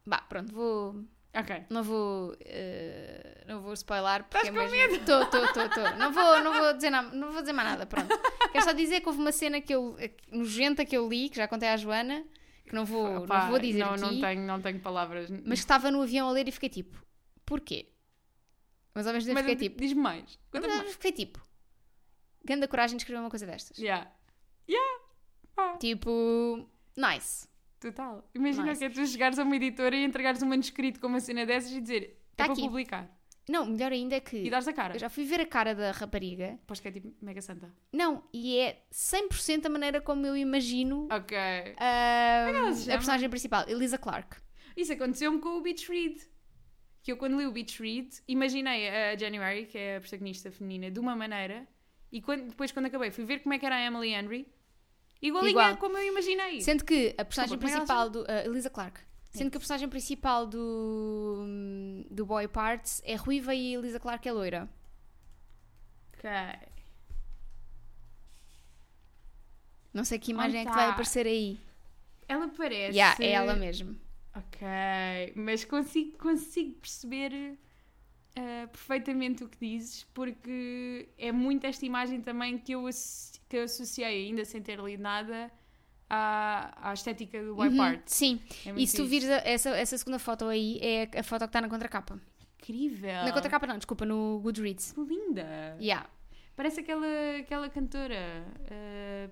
Speaker 2: Bah, pronto, vou.
Speaker 1: Ok.
Speaker 2: Não vou. eh, não vou spoiler porque
Speaker 1: Estás com
Speaker 2: medo? Tô, tô, tô, tô. Não vou, não vou dizer nada, não vou dizer mais nada, pronto. Quero só dizer que houve uma cena que eu, eh, nojenta que eu li, que já contei à Joana, que não vou,
Speaker 1: Pá,
Speaker 2: não vou dizer
Speaker 1: não,
Speaker 2: aqui,
Speaker 1: não tenho, não tenho palavras.
Speaker 2: mas que estava no avião a ler e fiquei tipo, porquê? Mas ao mesmo tempo
Speaker 1: Mas
Speaker 2: fiquei tipo,
Speaker 1: diz-me mais.
Speaker 2: mas
Speaker 1: Conta-me
Speaker 2: ao mesmo
Speaker 1: mais.
Speaker 2: tempo fiquei tipo, ganda coragem de escrever uma coisa destas.
Speaker 1: Yeah.
Speaker 2: Tipo, nice.
Speaker 1: Total. Imagina
Speaker 2: Nice.
Speaker 1: que é tu chegares a uma editora e entregares um manuscrito com uma cena dessas e dizer
Speaker 2: Tá
Speaker 1: é para
Speaker 2: aqui."
Speaker 1: publicar.
Speaker 2: Não, melhor ainda é que
Speaker 1: E dares a cara.
Speaker 2: eu já fui ver a cara da rapariga.
Speaker 1: Aposto que é tipo mega santa.
Speaker 2: Não, e é 100% a maneira como eu imagino
Speaker 1: Ok.
Speaker 2: Ah,
Speaker 1: ela se
Speaker 2: a
Speaker 1: chama?
Speaker 2: personagem principal, Elisa Clark.
Speaker 1: Isso aconteceu-me com o Beach Read. Que eu quando li o Beach Read, imaginei a January, que é a protagonista feminina, de uma maneira. E quando- depois quando acabei fui ver como é que era a Emily Henry. Igualinha
Speaker 2: Igual.
Speaker 1: como eu imaginei.
Speaker 2: Sendo que a personagem
Speaker 1: Desculpa, como é que ela
Speaker 2: principal
Speaker 1: se
Speaker 2: do. ah, Elisa Clark. Sendo que a personagem principal do. do Boy Parts é ruiva e a Elisa Clark é loira.
Speaker 1: Ok.
Speaker 2: Não sei que imagem é que
Speaker 1: tá.
Speaker 2: te vai aparecer aí.
Speaker 1: Ela parece...
Speaker 2: Yeah, é ela mesmo.
Speaker 1: Ok, mas consigo, consigo perceber eh, perfeitamente o que dizes, porque é muito esta imagem também que eu, asso- que eu associei, ainda sem ter lido nada, à, à estética do White
Speaker 2: Uhum,
Speaker 1: Part.
Speaker 2: Sim.
Speaker 1: É muito
Speaker 2: E se tu
Speaker 1: isso.
Speaker 2: vires a- essa, essa segunda foto aí, é a foto que está na contracapa.
Speaker 1: Incrível!
Speaker 2: Na contracapa não, desculpa, no Goodreads.
Speaker 1: Que linda!
Speaker 2: Yeah.
Speaker 1: Parece aquela, aquela cantora, eh,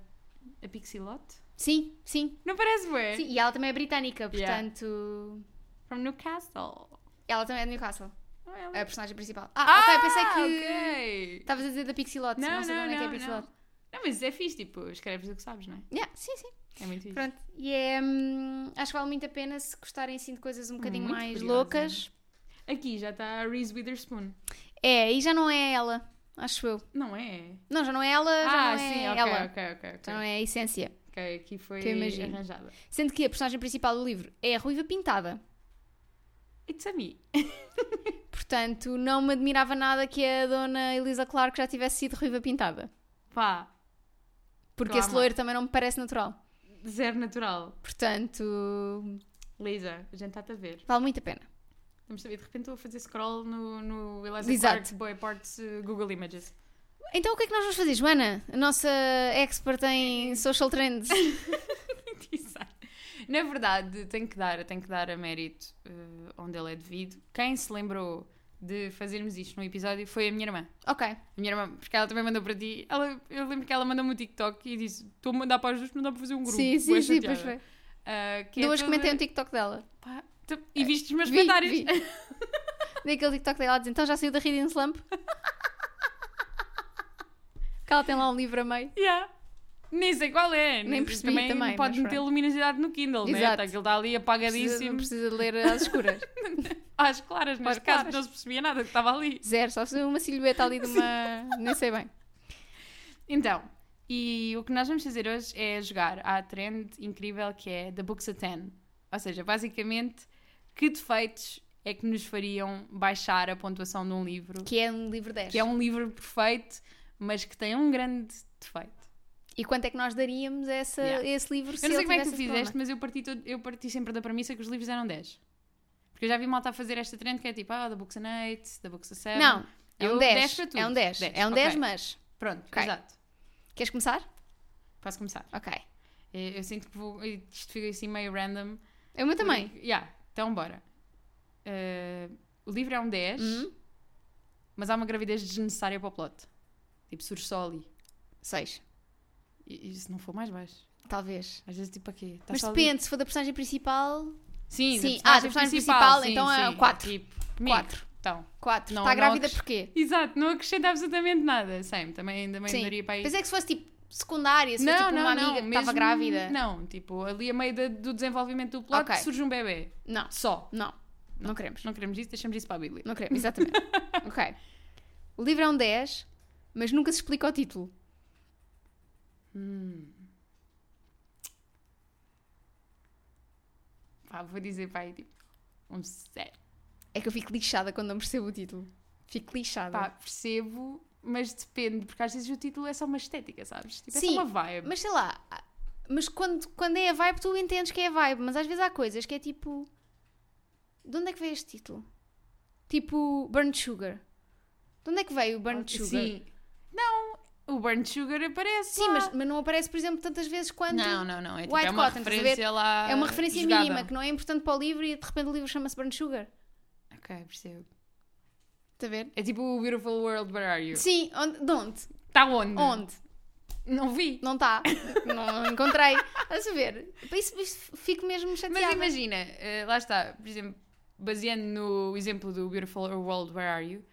Speaker 1: a Pixie Lott.
Speaker 2: Sim, sim,
Speaker 1: Não parece, ué?
Speaker 2: sim. E ela também é britânica,
Speaker 1: Yeah.
Speaker 2: portanto.
Speaker 1: From Newcastle.
Speaker 2: Ela também é de Newcastle,
Speaker 1: Oh, ela-
Speaker 2: a personagem principal. É, Ah, ok, pensei que.
Speaker 1: ok.
Speaker 2: Estavas a dizer da Pixie Lott, não,
Speaker 1: Não,
Speaker 2: sei
Speaker 1: não,
Speaker 2: de onde é que é
Speaker 1: não,
Speaker 2: Pixie
Speaker 1: não.
Speaker 2: Lott.
Speaker 1: Não, mas é fixe, tipo, escreves o que sabes, não é?
Speaker 2: Yeah, sim, sim.
Speaker 1: É muito isso.
Speaker 2: Pronto. E é. hum, acho que vale muito a pena se gostarem assim de coisas um bocadinho
Speaker 1: Muito
Speaker 2: mais
Speaker 1: curiosa. né?
Speaker 2: loucas.
Speaker 1: Aqui já está a Reese Witherspoon.
Speaker 2: É, e já não é ela, acho eu.
Speaker 1: Não é?
Speaker 2: Não, já não é ela, já
Speaker 1: ah,
Speaker 2: não é
Speaker 1: sim, ok,
Speaker 2: ela.
Speaker 1: ok, ok. ok.
Speaker 2: Já não é a essência.
Speaker 1: Ok, aqui foi
Speaker 2: Que eu imagino.
Speaker 1: arranjada.
Speaker 2: Sendo que a personagem principal do livro é a ruiva pintada.
Speaker 1: It's a me.
Speaker 2: Portanto, não me admirava nada que a dona Elisa Clark já tivesse sido ruiva pintada.
Speaker 1: Pá,
Speaker 2: Porque
Speaker 1: Claro.
Speaker 2: esse loiro também não me parece natural.
Speaker 1: zero natural.
Speaker 2: Portanto,
Speaker 1: Lisa, a gente está-te a ver.
Speaker 2: vale muito a pena.
Speaker 1: Vamos saber, de repente estou a fazer scroll no, no Eliza
Speaker 2: Exato.
Speaker 1: Clark Boy Parts eh, Google Images.
Speaker 2: Então o que é que nós vamos fazer, Joana? A nossa expert em social trends.
Speaker 1: Exato. Na verdade, tenho que dar, tenho que dar a mérito eh, onde ele é devido. Quem se lembrou de fazermos isto num episódio foi a minha irmã.
Speaker 2: Ok.
Speaker 1: A minha irmã, porque ela também mandou para ti. Ela, eu lembro que ela mandou-me um TikTok e disse: Estou a mandar para os dois, não dá para fazer um grupo.
Speaker 2: Sim, sim,
Speaker 1: Bué
Speaker 2: sim,
Speaker 1: chateada.
Speaker 2: pois foi.
Speaker 1: Ah, que é
Speaker 2: Duas
Speaker 1: toda-
Speaker 2: comentei no TikTok dela.
Speaker 1: Pá, tu- E viste os meus
Speaker 2: Vi,
Speaker 1: comentários?
Speaker 2: vi. Daquele TikTok dela, diz, então já saiu da Reading Slump? que ela tem lá um livro a meio.
Speaker 1: Yeah. Nem sei qual é.
Speaker 2: Nem percebi também,
Speaker 1: Pode
Speaker 2: mas
Speaker 1: meter
Speaker 2: pronto.
Speaker 1: luminosidade no Kindle, né?
Speaker 2: Exato.
Speaker 1: Tá, Aquilo está ali
Speaker 2: Precisa- Não
Speaker 1: apagadíssimo.
Speaker 2: precisa de ler às escuras.
Speaker 1: Às claras, neste
Speaker 2: Às
Speaker 1: caso,
Speaker 2: claras.
Speaker 1: não se percebia nada que estava ali.
Speaker 2: Zero, só se uma silhueta ali de uma. Nem sei bem.
Speaker 1: Então, e o que nós vamos fazer hoje é jogar à trend incrível que é The Books a 10. Ou seja, basicamente, que defeitos é que nos fariam baixar a pontuação de um livro?
Speaker 2: Que é um livro 10.
Speaker 1: Que é um livro perfeito, mas que tem um grande defeito.
Speaker 2: E quanto é que nós daríamos a essa,
Speaker 1: Yeah.
Speaker 2: esse livro se
Speaker 1: eu não sei
Speaker 2: ele
Speaker 1: como é que tu
Speaker 2: tivesse esse
Speaker 1: fizeste,
Speaker 2: problema?
Speaker 1: mas eu parti, todo- eu parti sempre da premissa que os livros eram 10. Porque eu já vi malta a fazer esta trend que é tipo, ah, da Books and 8, da Books a 7.
Speaker 2: Não, é
Speaker 1: Eu-
Speaker 2: um
Speaker 1: 10
Speaker 2: 10.
Speaker 1: para tudo.
Speaker 2: É um 10.
Speaker 1: 10,
Speaker 2: É um
Speaker 1: ok.
Speaker 2: 10, mas.
Speaker 1: Pronto,
Speaker 2: Ok.
Speaker 1: exato.
Speaker 2: Queres começar?
Speaker 1: Posso começar.
Speaker 2: Ok.
Speaker 1: Eh, Eu sinto que vou, isto fica assim meio random.
Speaker 2: Eu meu também.
Speaker 1: Porque- Yeah, então bora. Eh, o livro é um 10,
Speaker 2: Uhum.
Speaker 1: mas há uma gravidez desnecessária para o plot. Tipo, surge só ali.
Speaker 2: 6.
Speaker 1: E, e se não for mais baixo?
Speaker 2: Talvez.
Speaker 1: Às vezes, tipo, aqui. Tá
Speaker 2: Mas
Speaker 1: só ali.
Speaker 2: depende, se for da personagem principal,
Speaker 1: Sim,
Speaker 2: Sim,
Speaker 1: da
Speaker 2: ah, da personagem principal, então é quatro.
Speaker 1: Tipo,
Speaker 2: Quatro.
Speaker 1: quatro. Então.
Speaker 2: 4.
Speaker 1: Não,
Speaker 2: Está
Speaker 1: não
Speaker 2: Tá grávida
Speaker 1: acres-
Speaker 2: porquê?
Speaker 1: Exato, não acrescenta absolutamente nada. Sempre, também, também
Speaker 2: Sim.
Speaker 1: daria para ir.
Speaker 2: Pensei que se fosse tipo secundária, se fosse tipo uma amiga que estava
Speaker 1: mesmo-
Speaker 2: grávida.
Speaker 1: Não, tipo, ali a meio da- do desenvolvimento do plot
Speaker 2: Ok.
Speaker 1: surge um bebê.
Speaker 2: Não,
Speaker 1: Só.
Speaker 2: não, não queremos.
Speaker 1: Não queremos isso, deixamos isso para a Bíblia.
Speaker 2: Não queremos, exatamente. ok. O livro é um 10, mas nunca se explica o título.
Speaker 1: Hum. Pá, vou dizer para aí, tipo, um 7.
Speaker 2: É que eu fico lixada quando não percebo o título. Fico lixada.
Speaker 1: Pá, percebo, mas depende, porque às vezes o título é só uma estética, sabes? Tipo, é só
Speaker 2: Sim,
Speaker 1: uma vibe.
Speaker 2: Mas sei lá, ah, mas quando, quando é a vibe, tu entendes que é a vibe, mas às vezes há coisas que é tipo. De onde é que veio este título? Tipo Burnt Sugar. De onde é que veio o Burnt Sugar?
Speaker 1: Ah, Sim. Não, o Burnt Sugar aparece.
Speaker 2: Sim,
Speaker 1: lá.
Speaker 2: mas, mas não aparece, por exemplo, tantas vezes quanto.
Speaker 1: Não, não, não. É, tipo,
Speaker 2: White
Speaker 1: é uma
Speaker 2: Cotton, estás a
Speaker 1: referência lá.
Speaker 2: É uma referência
Speaker 1: jogada.
Speaker 2: mínima que não é importante para o livro e de repente o livro chama-se Burnt Sugar.
Speaker 1: Ok, percebo.
Speaker 2: Está a ver?
Speaker 1: É tipo o Beautiful World, Where Are You?
Speaker 2: Sim, onde? De onde?
Speaker 1: Está onde?
Speaker 2: Onde?
Speaker 1: Não vi.
Speaker 2: Não está. não encontrei. A saber. Para isso, isso fico mesmo
Speaker 1: Mas
Speaker 2: chateada.
Speaker 1: imagina, eh, lá está, por exemplo, baseando no exemplo do Beautiful World, Where Are You?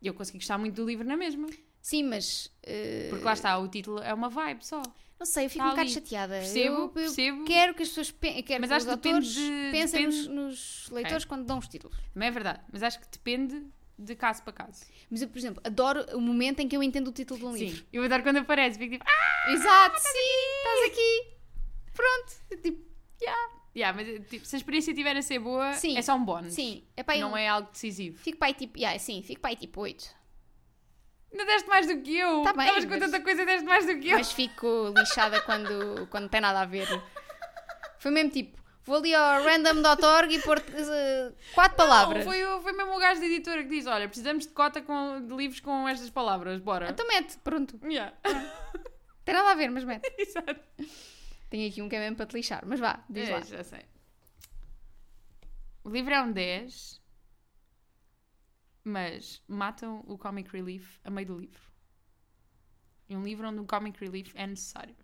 Speaker 1: Eu consegui gostar muito do livro na mesma.
Speaker 2: Sim, mas. eh,
Speaker 1: Porque lá está, o título é uma vibe só.
Speaker 2: não sei, eu fico
Speaker 1: Tá
Speaker 2: um bocado
Speaker 1: ali.
Speaker 2: chateada.
Speaker 1: Percebo,
Speaker 2: eu, eu
Speaker 1: percebo.
Speaker 2: Quero que as pessoas. pe- Quero
Speaker 1: Mas
Speaker 2: que
Speaker 1: acho
Speaker 2: os
Speaker 1: que depende
Speaker 2: autores
Speaker 1: de-
Speaker 2: pensem nos-
Speaker 1: depende-
Speaker 2: nos, leitores quando dão os títulos.
Speaker 1: Também é verdade, mas acho que depende de caso para caso.
Speaker 2: Mas eu, por exemplo, adoro o momento em que eu entendo o título de um livro.
Speaker 1: Sim, eu adoro quando aparece, fico tipo, ah!
Speaker 2: Exato, sim, estás aqui. Pronto. Eu, Tipo,
Speaker 1: Yeah, mas eh, tipo, se a experiência estiver a ser boa,
Speaker 2: Sim.
Speaker 1: é só um bónus.
Speaker 2: sim, é para
Speaker 1: Não
Speaker 2: eu.
Speaker 1: é algo decisivo.
Speaker 2: Fico para aí tipo. Yeah, sim, fico para aí tipo 8.
Speaker 1: Não deste mais do que eu.
Speaker 2: Tá bem,
Speaker 1: Estavas com
Speaker 2: mas-
Speaker 1: tanta coisa e deste mais do que eu.
Speaker 2: Mas fico lixada quando, quando tem nada a ver. Foi mesmo tipo, vou ali ao random.org e pôr eh, quatro palavras.
Speaker 1: Não, foi, o- foi mesmo o gajo da editora que diz: Olha, precisamos de cota com, de livros com estas palavras, bora.
Speaker 2: Então ah, mete, pronto.
Speaker 1: Yeah.
Speaker 2: Tem nada a ver, mas mete.
Speaker 1: Exato.
Speaker 2: Tenho aqui um que é mesmo para te lixar, mas vá, diz
Speaker 1: É,
Speaker 2: lá.
Speaker 1: já sei. O livro é um 10, mas matam o Comic Relief a meio do livro. E um livro onde o Comic Relief é necessário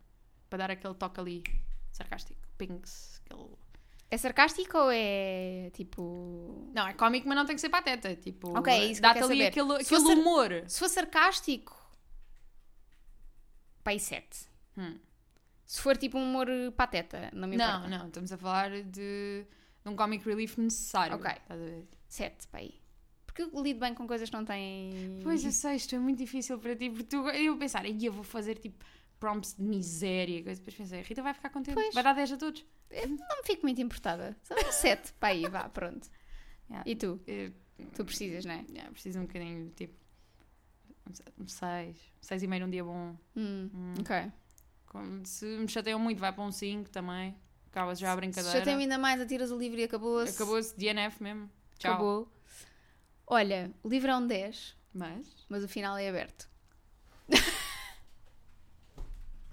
Speaker 1: para dar aquele toque ali sarcástico. Pinks, aquele...
Speaker 2: É sarcástico ou é tipo.
Speaker 1: Não, é cómico, mas não tem que ser pateta. Tipo,
Speaker 2: Ok, é isso que eu
Speaker 1: dá-te
Speaker 2: quero
Speaker 1: ali
Speaker 2: saber.
Speaker 1: aquele,
Speaker 2: Se
Speaker 1: aquele
Speaker 2: fosse-
Speaker 1: humor.
Speaker 2: Se for sarcástico. Pai 7.
Speaker 1: Hum.
Speaker 2: Se for tipo um humor pateta, não me importa.
Speaker 1: Não, não, estamos a falar de, de um Comic Relief necessário.
Speaker 2: Ok.
Speaker 1: Estás a ver?
Speaker 2: 7, pai. Porque eu lido bem com coisas que não têm.
Speaker 1: Pois eu sei, isto é muito difícil para ti, porque tu, eu pensar, "Ei, eu vou fazer tipo prompts de miséria, e coisa, depois pensei, a Rita vai ficar contente,
Speaker 2: Pois.
Speaker 1: vai dar 10 a todos.
Speaker 2: Não me fico muito importada. Só um 7, pai, vá, pronto.
Speaker 1: Yeah.
Speaker 2: E tu?
Speaker 1: Eh,
Speaker 2: Tu precisas, não é?
Speaker 1: yeah, preciso um bocadinho, tipo, um 6, 6 e meio num dia bom.
Speaker 2: Hum, Ok.
Speaker 1: Com- Se me chateiam muito, vai para um 5 também, acaba já a
Speaker 2: Se
Speaker 1: brincadeira.
Speaker 2: já tem ainda mais, atiras o livro e acabou-se.
Speaker 1: Acabou-se DNF mesmo. Tchau.
Speaker 2: Acabou. Olha, o livro é um 10,
Speaker 1: Mas
Speaker 2: mas o final é aberto.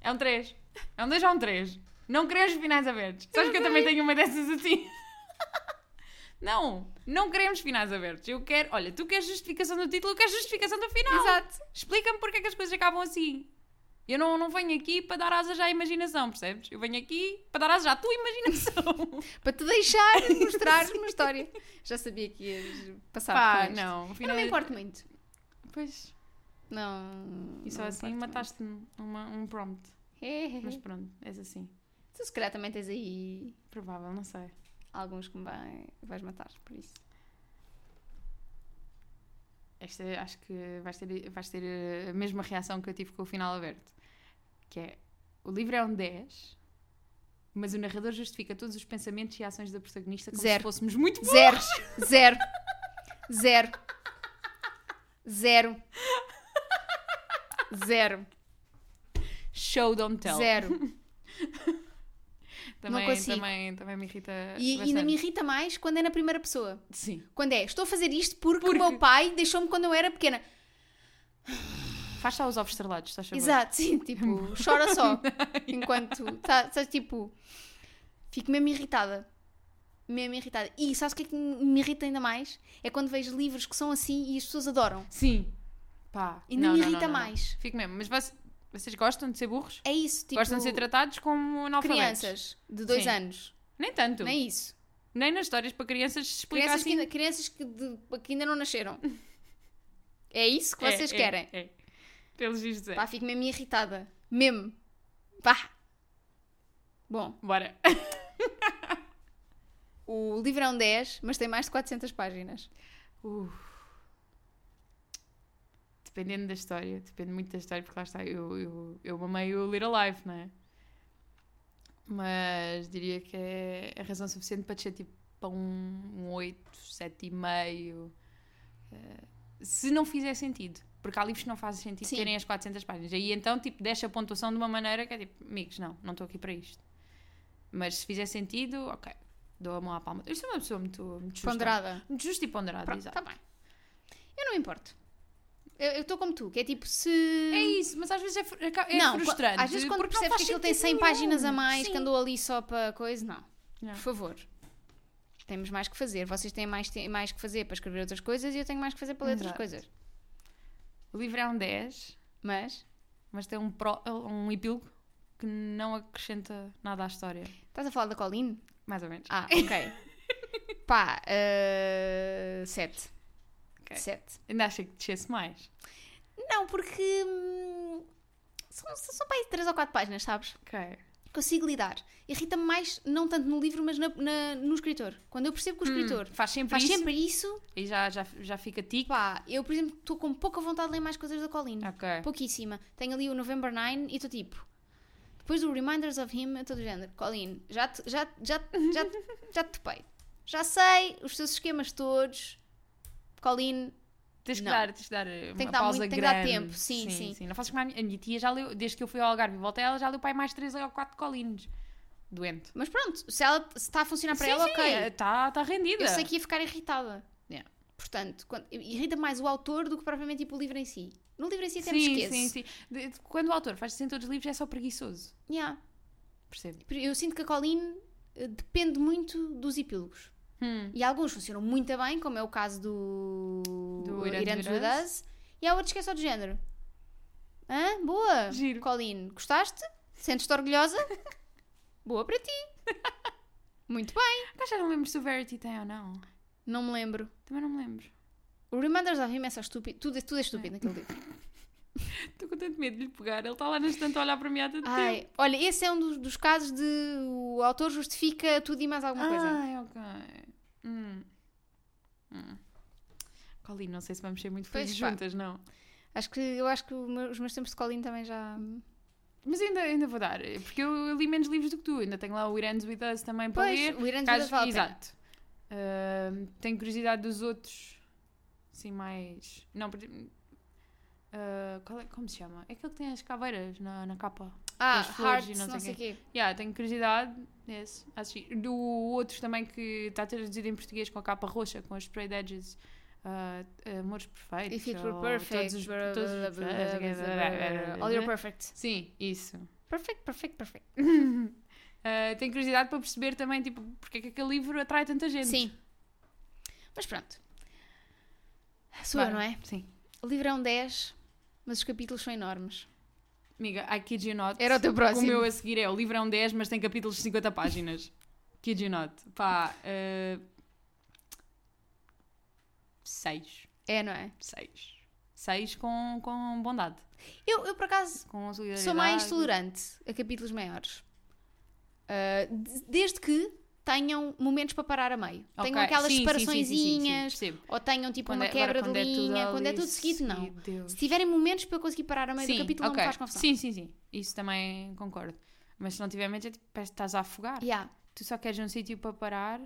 Speaker 1: é um 3. É um 2 ou um 3. Não queremos finais abertos. Sabes que eu também tenho uma dessas assim. Não, não queremos finais abertos. Eu quero. Olha, tu queres justificação do título, eu quero justificação do final.
Speaker 2: Exato.
Speaker 1: Explica-me porque é que as coisas acabam assim. Eu não, não venho aqui para dar asas à imaginação, percebes? Eu venho aqui para dar asas à tua imaginação.
Speaker 2: Para te deixar mostrar uma história. Já sabia que ias passar
Speaker 1: Pá,
Speaker 2: por isto.
Speaker 1: não.
Speaker 2: Eu não me importo muito.
Speaker 1: Pois,
Speaker 2: Não.
Speaker 1: e só
Speaker 2: não me
Speaker 1: assim
Speaker 2: importo
Speaker 1: mataste-me uma- um prompt.
Speaker 2: muito. É, é, é.
Speaker 1: Mas pronto, és assim.
Speaker 2: Tu se calhar também tens aí
Speaker 1: Provável, não sei.
Speaker 2: alguns que me vai- vais matar, por isso.
Speaker 1: Esta acho que vais ter, vais ter eh, a mesma reação que eu tive com o final aberto. Que é, o livro é um 10, mas o narrador justifica todos os pensamentos e ações da protagonista como
Speaker 2: Zero.
Speaker 1: se fôssemos muito bons.
Speaker 2: Zero. Zero. Zero. Zero. Zero.
Speaker 1: Show, don't tell.
Speaker 2: Zero.
Speaker 1: Também,
Speaker 2: consigo.
Speaker 1: também, também me irrita
Speaker 2: E ainda
Speaker 1: bastante.
Speaker 2: me irrita mais quando é na primeira pessoa.
Speaker 1: Sim.
Speaker 2: Quando é, estou a fazer isto porque o
Speaker 1: Porque-
Speaker 2: meu pai deixou-me quando eu era pequena.
Speaker 1: Faz só os ovos estrelados, estás a ver?
Speaker 2: Exato, sim, tipo, chora só. enquanto tá, sabes, tipo, fico mesmo irritada. Mesmo irritada. E sabes o que é que me irrita ainda mais? É quando vejo livros que são assim e as pessoas adoram.
Speaker 1: Sim. Pá.
Speaker 2: Ainda me irrita mais.
Speaker 1: Fico mesmo. Mas voc- vocês gostam de ser burros?
Speaker 2: É isso, tipo,
Speaker 1: gostam de ser tratados como analfabetos?
Speaker 2: crianças de dois
Speaker 1: Sim.
Speaker 2: anos.
Speaker 1: Nem tanto. Nem...
Speaker 2: Nem isso.
Speaker 1: nas histórias para crianças se explica
Speaker 2: Crianças,
Speaker 1: assim.
Speaker 2: que, ainda, crianças que, de- que ainda não nasceram. É isso que
Speaker 1: É,
Speaker 2: vocês
Speaker 1: é,
Speaker 2: querem.
Speaker 1: É. Pelos vistos é.
Speaker 2: Pá, fico mesmo irritada. Mesmo. Pá. Bom,
Speaker 1: Bora.
Speaker 2: o livro é um 10, mas tem mais de 400 páginas.
Speaker 1: Uh. Dependendo da história, depende muito da história, porque lá está, eu, eu, eu amei o Little Life, não é? Mas diria que é a razão suficiente para descer tipo para um, um 8, 7,5. Eh, se não fizer sentido, porque há livros que não fazem sentido
Speaker 2: Sim.
Speaker 1: terem as 400 páginas. Aí então, tipo, deixa a pontuação de uma maneira que é tipo, amigos, não, não estou aqui para isto. Mas se fizer sentido, ok. dou a mão à palma. Eu sou uma pessoa muito, muito justa.
Speaker 2: Ponderada.
Speaker 1: Muito justa e ponderada,
Speaker 2: Pronto,
Speaker 1: exato.
Speaker 2: está bem. Eu não me importo. Eu estou como tu, que é tipo se.
Speaker 1: É isso, mas às vezes é, fru- aca- é
Speaker 2: não,
Speaker 1: frustrante.
Speaker 2: Às vezes quando
Speaker 1: porque não
Speaker 2: percebes que
Speaker 1: faz
Speaker 2: aquilo tem
Speaker 1: sentido
Speaker 2: 100
Speaker 1: nenhum.
Speaker 2: páginas a mais,
Speaker 1: Sim.
Speaker 2: que andou ali só para coisa, não.
Speaker 1: Não.
Speaker 2: Por favor. Temos mais que fazer. Vocês têm mais, te- mais que fazer para escrever outras coisas e eu tenho mais que fazer para ler
Speaker 1: Exato.
Speaker 2: outras coisas.
Speaker 1: O livro é um 10,
Speaker 2: Mas
Speaker 1: mas tem um, pró- um epílogo que não acrescenta nada à história.
Speaker 2: estás a falar da Colleen?
Speaker 1: Mais ou menos.
Speaker 2: Ah, ok. Pá, eh, 7.
Speaker 1: Ok.
Speaker 2: 7.
Speaker 1: Ainda achei que descesse mais.
Speaker 2: Não, porque hum, são, são só para aí 3 ou 4 páginas, sabes?
Speaker 1: Ok.
Speaker 2: Consigo lidar. Irrita-me mais, não tanto no livro, mas na- na- no escritor. Quando eu percebo que o escritor
Speaker 1: Faz sempre
Speaker 2: faz
Speaker 1: Hum. isso.
Speaker 2: sempre isso,
Speaker 1: E já, já, já fica tico.
Speaker 2: Pá, eu, por exemplo, estou com pouca vontade de ler mais coisas da Colleen.
Speaker 1: Ok.
Speaker 2: Pouquíssima. Tenho ali o November 9 e estou tipo. Depois do Reminders of Him, eu estou do género. Colleen, já te, já, já, já, já te topei. Já sei os teus esquemas todos. Colleen,
Speaker 1: Tens que
Speaker 2: Não.
Speaker 1: dar, tens que dar eh, uma
Speaker 2: que dar
Speaker 1: pausa
Speaker 2: muito- tem que dar
Speaker 1: grande.
Speaker 2: tempo. Sim, sim.
Speaker 1: Não faças como a minha, a minha tia já leu, desde que eu fui ao Algarve e voltei, ela já leu pai mais 3 ou 4 colinos. Doente.
Speaker 2: mas pronto, se ela se está a funcionar para
Speaker 1: sim,
Speaker 2: ela,
Speaker 1: sim,
Speaker 2: ok.
Speaker 1: Está tá rendida.
Speaker 2: Eu sei que ia ficar irritada.
Speaker 1: Yeah.
Speaker 2: Portanto, quando- irrita mais o autor do que propriamente tipo, o livro em si. No livro em si até me
Speaker 1: sim,
Speaker 2: esqueço.
Speaker 1: sim, sim. De- de- quando o autor faz isso em todos os livros é só preguiçoso.
Speaker 2: Yeah.
Speaker 1: Percebo.
Speaker 2: Eu sinto que a Colleen eh, depende muito dos epílogos.
Speaker 1: Hum.
Speaker 2: E alguns funcionam muito bem, como é o caso do,
Speaker 1: Do Irante
Speaker 2: Irante
Speaker 1: Duras.
Speaker 2: Duras. E há outros que é só do género. Hã? Boa!
Speaker 1: Giro.
Speaker 2: Colleen, gostaste? Sentes-te orgulhosa? Boa para ti! Muito bem!
Speaker 1: Mas já não lembro se o Verity tem ou não.
Speaker 2: Não me lembro.
Speaker 1: Também não me lembro.
Speaker 2: O Reminders of Him é só estúpido. Tudo, é- tudo é estúpido naquele livro.
Speaker 1: Estou com tanto medo de lhe pegar. Ele está lá na estante a olhar para mim há tanto tempo.
Speaker 2: Ai, olha, esse é um dos, dos casos de o autor justifica tudo e mais alguma coisa.
Speaker 1: Ai, ok. Hum. Hum. Colin, não sei se vamos ser muito
Speaker 2: Pois,
Speaker 1: felizes
Speaker 2: pá.
Speaker 1: juntas, não.
Speaker 2: Acho que, eu acho que o meu- os meus tempos de Colleen também já.
Speaker 1: Mas ainda, ainda vou dar, porque eu, eu li menos livros do que tu. Ainda tenho lá o It Ends With Us também para
Speaker 2: Pois,
Speaker 1: ler.
Speaker 2: o Irante
Speaker 1: Caso-
Speaker 2: Duras vale a pena.
Speaker 1: Exato. Ahm, tenho curiosidade dos outros. Assim, mais. Não, por exemplo. ah, qual é- como se chama? É aquele que tem as caveiras na, na capa.
Speaker 2: Ah,
Speaker 1: as flores e
Speaker 2: Hearts,
Speaker 1: não
Speaker 2: não,
Speaker 1: sei
Speaker 2: sei o quê.
Speaker 1: Yeah, tenho curiosidade desse. Assisti. Do outro também que está traduzido em português com a capa roxa, com as straight edges. ah, Amores Perfeitos.
Speaker 2: If it were
Speaker 1: ou
Speaker 2: perfect.
Speaker 1: Todos os,
Speaker 2: blah,
Speaker 1: todos
Speaker 2: blah,
Speaker 1: os-
Speaker 2: blah, blah, blah, blah. All you're perfect.
Speaker 1: Sim, isso.
Speaker 2: Perfect, perfect, perfect.
Speaker 1: Uh, tenho curiosidade para perceber também, tipo, porque é que aquele livro atrai tanta gente.
Speaker 2: Sim. Mas pronto. Sou eu,
Speaker 1: Vá.
Speaker 2: não é?
Speaker 1: Sim.
Speaker 2: O livro é um 10, mas os capítulos são enormes.
Speaker 1: Amiga, I kid you not.
Speaker 2: Era o teu próximo.
Speaker 1: O meu a seguir é o livro é um 10, mas tem capítulos de 50 páginas. kid you not. Pá, eh, 6.
Speaker 2: É, não é?
Speaker 1: 6. 6 com, com bondade.
Speaker 2: Eu, eu por acaso,
Speaker 1: Com solidariedade.
Speaker 2: sou mais tolerante a capítulos maiores. Ah, de- desde que tenham momentos para parar a meio.
Speaker 1: Ok,
Speaker 2: Tenham aquelas
Speaker 1: sim, sim, sim, sim, sim, sim,
Speaker 2: separaçõezinhas,
Speaker 1: percebo.
Speaker 2: ou tenham tipo
Speaker 1: Quando
Speaker 2: uma
Speaker 1: é- agora,
Speaker 2: quebra
Speaker 1: quando
Speaker 2: de
Speaker 1: é tudo
Speaker 2: linha.
Speaker 1: ali,
Speaker 2: quando é tudo seguido,
Speaker 1: sim,
Speaker 2: não.
Speaker 1: Deus.
Speaker 2: Se tiverem momentos para eu conseguir parar a meio
Speaker 1: Sim,
Speaker 2: do capítulo, não
Speaker 1: ok.
Speaker 2: me faz confusão.
Speaker 1: Sim, sim, sim. Isso também concordo. Mas se não tiver medo, é tipo, parece que estás a afogar.
Speaker 2: Yeah.
Speaker 1: Tu só queres um sítio para parar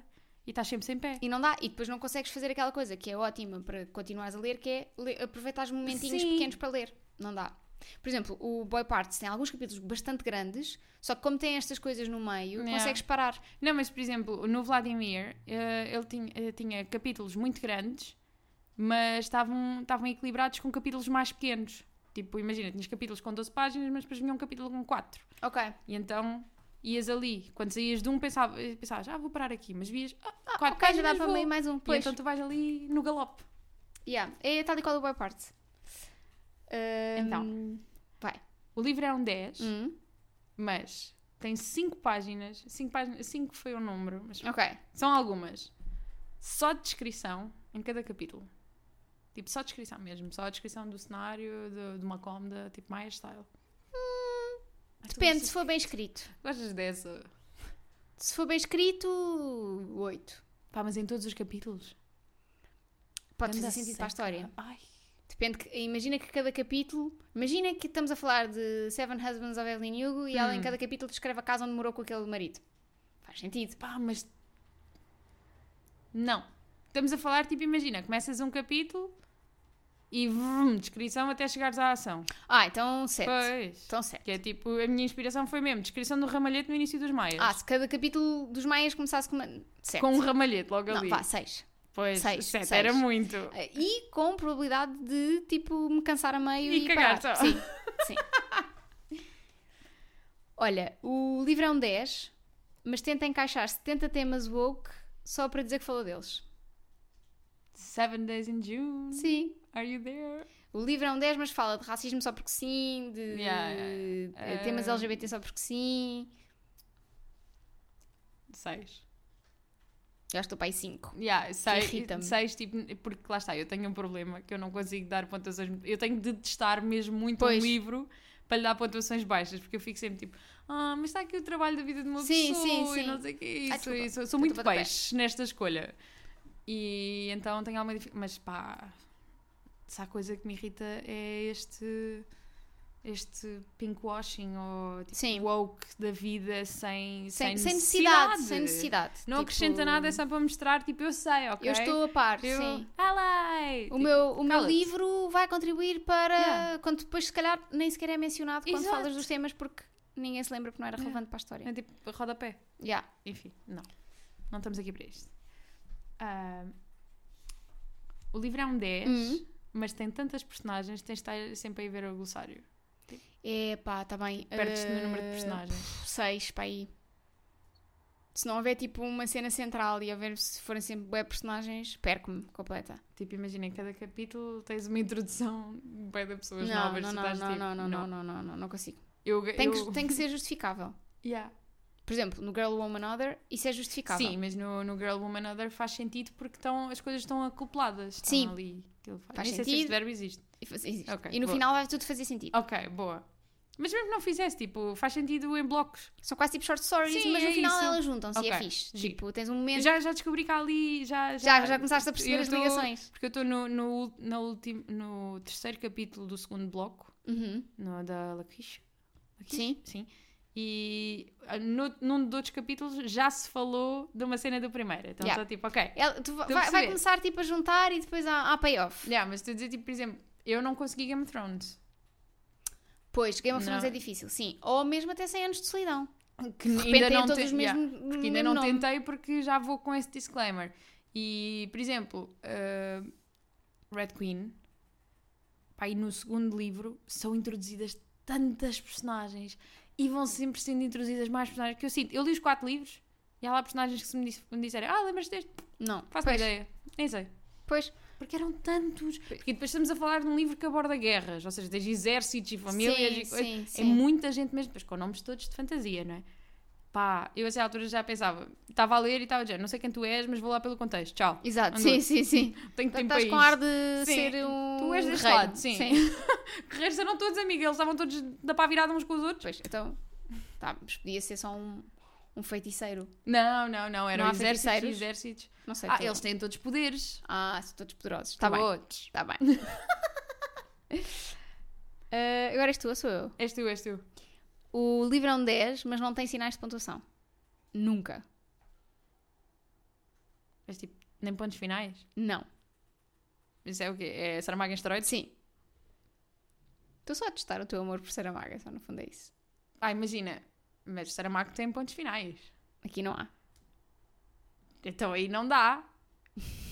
Speaker 1: e estás sempre sem pé.
Speaker 2: E não dá, e depois não consegues fazer aquela coisa que é ótima para continuares a ler, que é le- aproveitar os momentinhos
Speaker 1: Sim.
Speaker 2: pequenos para ler. Não dá. Por exemplo, o Boy Parts tem alguns capítulos bastante grandes, só que como tem estas coisas no meio,
Speaker 1: Yeah.
Speaker 2: consegues parar.
Speaker 1: Não, mas por exemplo, no Vladimir, eh, ele tinha, eh, tinha capítulos muito grandes, mas estavam, estavam equilibrados com capítulos mais pequenos. Tipo, imagina, tinhas capítulos com 12 páginas, mas depois vinha um capítulo com 4.
Speaker 2: Ok.
Speaker 1: E então ias ali. Quando saías de um, pensava, pensavas, ah, vou parar aqui. Mas vias, ah, 4
Speaker 2: ok, já dá para meio mais um.
Speaker 1: E
Speaker 2: Pois.
Speaker 1: então tu vais ali no galope.
Speaker 2: Yeah. É tal e qual o Boy Parts. Ahm,
Speaker 1: Então.
Speaker 2: Hum, Vai.
Speaker 1: O livro é um 10,
Speaker 2: Hum,
Speaker 1: mas tem 5 páginas. 5 páginas, 5 foi o número, mas
Speaker 2: ok.
Speaker 1: São algumas. Só descrição em cada capítulo. Tipo, só descrição mesmo. Só a descrição do cenário, de, de uma cómoda, tipo, mais style. Ai, tu
Speaker 2: Hum,
Speaker 1: é
Speaker 2: Depende,
Speaker 1: gostas-
Speaker 2: se for bem escrito.
Speaker 1: Gostas dessa?
Speaker 2: Se for bem escrito, 8.
Speaker 1: Pá, mas em todos os capítulos.
Speaker 2: Pode
Speaker 1: Ganda
Speaker 2: fazer sentido para a
Speaker 1: seca.
Speaker 2: história.
Speaker 1: Ai,
Speaker 2: Depende, que- imagina que cada capítulo. Imagina que estamos a falar de Seven Husbands of Evelyn Hugo e
Speaker 1: Hum.
Speaker 2: ela em cada capítulo descreve a casa onde morou com aquele marido. Faz sentido.
Speaker 1: pá, mas. Não. Estamos a falar, tipo, imagina, começas um capítulo e vrum, descrição até chegares à ação.
Speaker 2: Ah, então sete.
Speaker 1: Pois.
Speaker 2: Então sete.
Speaker 1: Que é tipo, a minha inspiração foi mesmo descrição do ramalhete no início dos Maias.
Speaker 2: Ah, se cada capítulo dos Maias começasse com uma... Sete.
Speaker 1: com um ramalhete logo
Speaker 2: Não,
Speaker 1: ali.
Speaker 2: vá, seis.
Speaker 1: pois,
Speaker 2: seis,
Speaker 1: sete,
Speaker 2: seis.
Speaker 1: era muito.
Speaker 2: Eh, E com probabilidade de, tipo, me cansar a meio e,
Speaker 1: E cagar
Speaker 2: parar.
Speaker 1: só.
Speaker 2: Sim, sim. Olha, o livro é um 10, mas tenta encaixar 70 temas woke só para dizer que falou deles.
Speaker 1: Seven days in June,
Speaker 2: Sim.
Speaker 1: are you there?
Speaker 2: O livro é um 10, mas fala de racismo só porque sim, de
Speaker 1: Yeah, yeah,
Speaker 2: eh,
Speaker 1: yeah.
Speaker 2: temas
Speaker 1: Eh,
Speaker 2: LGBT só porque sim.
Speaker 1: Seis.
Speaker 2: Eu acho que estou para aí 5.
Speaker 1: Yeah, seis,
Speaker 2: irrita-me.
Speaker 1: seis, tipo, porque lá está, eu tenho um problema que eu não consigo dar pontuações. Eu tenho de testar mesmo muito
Speaker 2: Pois.
Speaker 1: um livro para lhe dar pontuações baixas, porque eu fico sempre tipo, ah, mas está aqui o trabalho da vida de uma
Speaker 2: Sim,
Speaker 1: pessoa
Speaker 2: sim,
Speaker 1: e
Speaker 2: sim.
Speaker 1: não sei o que.
Speaker 2: Ah,
Speaker 1: Isso,
Speaker 2: desculpa.
Speaker 1: isso. Eu
Speaker 2: Estou
Speaker 1: sou muito
Speaker 2: a bater pés.
Speaker 1: peixe nesta escolha. E então tenho alguma dificuldade. Mas pá, se há coisa que me irrita é este. Este pinkwashing ou tipo,
Speaker 2: Sim.
Speaker 1: woke da vida sem,
Speaker 2: Sem,
Speaker 1: sem,
Speaker 2: sem necessidade, sem necessidade.
Speaker 1: Não
Speaker 2: Tipo,
Speaker 1: acrescenta nada, é só para mostrar, tipo, eu sei, ok?
Speaker 2: Eu estou a par,
Speaker 1: Eu-
Speaker 2: sim.
Speaker 1: Ally!
Speaker 2: O meu, o meu
Speaker 1: tipo, cala-te.
Speaker 2: livro vai contribuir para.
Speaker 1: Yeah.
Speaker 2: Quando depois, se calhar, nem sequer é mencionado quando
Speaker 1: Exato.
Speaker 2: falas dos temas porque ninguém se lembra porque não era relevante para a
Speaker 1: É
Speaker 2: história.
Speaker 1: tipo, rodapé.
Speaker 2: Yeah.
Speaker 1: Enfim, não. Não estamos aqui para isto. Ah, o livro é um 10,
Speaker 2: Hum.
Speaker 1: mas tem tantas personagens, tens de estar sempre a ir ver o glossário.
Speaker 2: É pá, está bem.
Speaker 1: Perdes-te no
Speaker 2: eh,
Speaker 1: número de personagens.
Speaker 2: Seis para aí. Se não houver tipo uma cena central e haver se forem sempre bué personagens, perco-me completa.
Speaker 1: Tipo, imagina, em cada capítulo tens uma introdução bem de pessoas
Speaker 2: Não,
Speaker 1: novas.
Speaker 2: não,
Speaker 1: tu
Speaker 2: não,
Speaker 1: estás,
Speaker 2: não,
Speaker 1: tipo,
Speaker 2: não, não, não, não, não, não, não consigo.
Speaker 1: Eu,
Speaker 2: Tem
Speaker 1: eu-
Speaker 2: que, tem que ser justificável.
Speaker 1: Yeah.
Speaker 2: Por exemplo, no Girl Woman Other, isso é justificável.
Speaker 1: Sim, mas no, no Girl Woman Other faz sentido porque estão, as coisas estão acopladas. Estão
Speaker 2: Sim.
Speaker 1: Ali, Aquilo faz,
Speaker 2: Faz
Speaker 1: Nem sei se
Speaker 2: sentido.
Speaker 1: este verbo existe.
Speaker 2: E, faz- existe.
Speaker 1: Ok,
Speaker 2: E no
Speaker 1: boa.
Speaker 2: final vai tudo fazer sentido.
Speaker 1: Ok, boa. Mas mesmo que não fizesse, tipo, faz sentido em blocos.
Speaker 2: São quase tipo short stories,
Speaker 1: Sim,
Speaker 2: mas no
Speaker 1: é
Speaker 2: final
Speaker 1: isso.
Speaker 2: elas juntam-se e é
Speaker 1: Ok,
Speaker 2: fixe.
Speaker 1: giro.
Speaker 2: Tipo, tens um momento. Já,
Speaker 1: Já, já descobri que há ali. Já,
Speaker 2: já, começaste a perceber
Speaker 1: eu
Speaker 2: as
Speaker 1: tô-
Speaker 2: ligações.
Speaker 1: Porque eu estou no, no, ul- na ultim- no terceiro capítulo do segundo bloco,
Speaker 2: Uhum.
Speaker 1: no, da Laquiche. Laquiche?
Speaker 2: Sim.
Speaker 1: Sim. E ah, no, num dos outros capítulos já se falou de uma cena do primeiro. Então
Speaker 2: Yeah.
Speaker 1: estou tipo, ok.
Speaker 2: Ela- tu vai,
Speaker 1: Estou a
Speaker 2: vai- vai
Speaker 1: perceber.
Speaker 2: começar tipo a juntar e depois há, há payoff.
Speaker 1: Yeah, mas estou a dizer, tipo, por exemplo, eu não consegui Game of Thrones.
Speaker 2: Pois, Game of Thrones
Speaker 1: Não.
Speaker 2: é difícil, sim. Ou mesmo até 100 anos de solidão.
Speaker 1: Que
Speaker 2: De repente têm todos
Speaker 1: te-
Speaker 2: os
Speaker 1: yeah.
Speaker 2: mesmos.
Speaker 1: Porque ainda não tentei porque já vou com esse disclaimer. E, por exemplo, uh, Red Queen, pá, e no segundo livro são introduzidas tantas personagens e vão sempre sendo introduzidas mais personagens que eu sinto. Eu li os quatro livros e há lá personagens que se me, dis- me disserem, ah, lembras-te deste?
Speaker 2: Não.
Speaker 1: Faço
Speaker 2: pois,
Speaker 1: ideia. Nem sei.
Speaker 2: pois.
Speaker 1: Porque eram tantos. Porque depois estamos a falar de um livro que aborda guerras, ou seja, tens exércitos e famílias
Speaker 2: Sim,
Speaker 1: e coisas.
Speaker 2: sim,
Speaker 1: É
Speaker 2: sim.
Speaker 1: muita gente mesmo, depois com nomes todos de fantasia, não é? Pá, eu a essa altura já pensava, estava a ler e estava a dizer, não sei quem tu és, mas vou lá pelo contexto, tchau.
Speaker 2: Exato,
Speaker 1: Andou.
Speaker 2: sim, sim, sim.
Speaker 1: Tenho
Speaker 2: Então
Speaker 1: tempo para
Speaker 2: estás
Speaker 1: isto.
Speaker 2: com ar de
Speaker 1: Sim,
Speaker 2: ser um.
Speaker 1: tu és deste
Speaker 2: guerreiro.
Speaker 1: lado, sim. Guerreiros eram todos amigos, eles estavam todos da pá virada uns com os outros.
Speaker 2: Pois, então. Tá, mas podia ser só um, um feiticeiro.
Speaker 1: Não, não, não, eram
Speaker 2: Não há
Speaker 1: exércitos e
Speaker 2: feiticeiros?
Speaker 1: exércitos.
Speaker 2: Não sei.
Speaker 1: Ah,
Speaker 2: tô-
Speaker 1: eles têm todos poderes.
Speaker 2: Ah, são todos poderosos. Está bem.
Speaker 1: Todos.
Speaker 2: Está bem. Ah, agora és tu, ou sou eu?
Speaker 1: És tu, és tu.
Speaker 2: O livro é um 10, mas não tem sinais de pontuação. Nunca.
Speaker 1: És tipo, nem pontos finais.
Speaker 2: Não.
Speaker 1: Isso é o quê? É Saramago em esteroides?
Speaker 2: Sim. Estou só a testar o teu amor por Saramaga, só no fundo é isso.
Speaker 1: Ah, imagina, mas Saramago tem pontos finais.
Speaker 2: Aqui não há.
Speaker 1: Então aí não dá.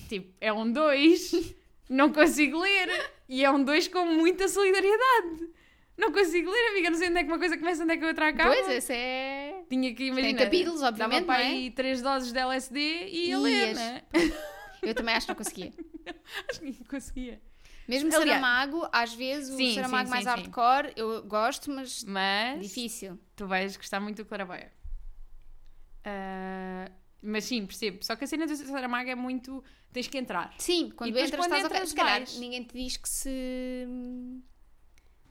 Speaker 1: Tipo, é um 2. Não consigo ler. E é um 2 com muita solidariedade. Não consigo ler, amiga. Não sei onde é que uma coisa começa, onde é que a outra acaba.
Speaker 2: Pois, esse é.
Speaker 1: Tinha que imaginar.
Speaker 2: capítulos, obviamente,
Speaker 1: Dava para
Speaker 2: não é?
Speaker 1: aí 3 doses de LSD e ia
Speaker 2: Ias.
Speaker 1: ler, né?
Speaker 2: Eu também acho que não conseguia.
Speaker 1: Acho que ninguém conseguia.
Speaker 2: Mesmo
Speaker 1: Aliás-
Speaker 2: Saramago, às vezes o
Speaker 1: Sim,
Speaker 2: Saramago
Speaker 1: sim,
Speaker 2: mais
Speaker 1: sim, sim.
Speaker 2: hardcore, eu gosto, mas.
Speaker 1: Mas
Speaker 2: Difícil.
Speaker 1: tu vais gostar muito do Claraboia. Ah, mas sim, percebo. Só que a cena do Saramago é muito. Tens que entrar.
Speaker 2: Sim, quando
Speaker 1: depois
Speaker 2: entras,
Speaker 1: quando
Speaker 2: estás ao
Speaker 1: entras,
Speaker 2: Se calhar,
Speaker 1: vais.
Speaker 2: ninguém te diz que se. hum,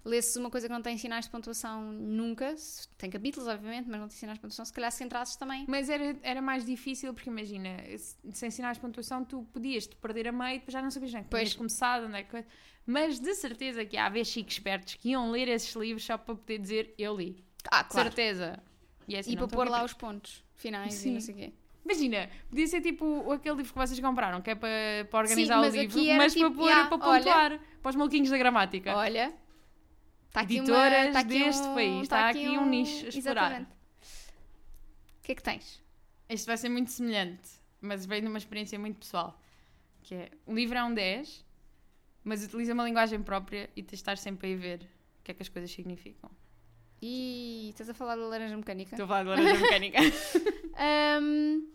Speaker 2: Lesses uma coisa que não tem sinais de pontuação nunca, se- tem capítulos, obviamente, mas não tem sinais de pontuação, se calhar se entrasses também.
Speaker 1: Mas era, era mais difícil, porque imagina, se- sem sinais de pontuação, tu podias te perder a meio e depois já não sabias onde é que
Speaker 2: Pois.
Speaker 1: tinhas começado, onde é que. coisa. Mas de certeza que há vez chiques espertos que iam ler esses livros só para poder dizer eu li.
Speaker 2: Ah, claro.
Speaker 1: Certeza. E, é assim,
Speaker 2: e
Speaker 1: não
Speaker 2: para
Speaker 1: estou
Speaker 2: pôr
Speaker 1: aqui
Speaker 2: lá
Speaker 1: para-
Speaker 2: os pontos finais e
Speaker 1: Sim.
Speaker 2: não sei o quê.
Speaker 1: Imagina, podia ser tipo aquele livro que vocês compraram, que é para, para organizar
Speaker 2: Sim,
Speaker 1: o
Speaker 2: mas
Speaker 1: livro,
Speaker 2: aqui era
Speaker 1: mas
Speaker 2: tipo,
Speaker 1: para, pôr,
Speaker 2: yeah,
Speaker 1: para
Speaker 2: olha.
Speaker 1: pontuar, para os maluquinhos da gramática.
Speaker 2: Olha, está aqui
Speaker 1: Editoras
Speaker 2: uma, tá aqui
Speaker 1: deste
Speaker 2: um,
Speaker 1: país,
Speaker 2: tá
Speaker 1: está aqui um nicho a explorar.
Speaker 2: Exatamente. O que é que tens?
Speaker 1: Este vai ser muito semelhante, mas vem de uma experiência muito pessoal. Que é, o livro é um 10, mas utiliza uma linguagem própria e tens de estar sempre a ver o que é que as coisas significam.
Speaker 2: Ih, estás a falar da laranja mecânica?
Speaker 1: Estou a falar de laranja mecânica.
Speaker 2: Ahm,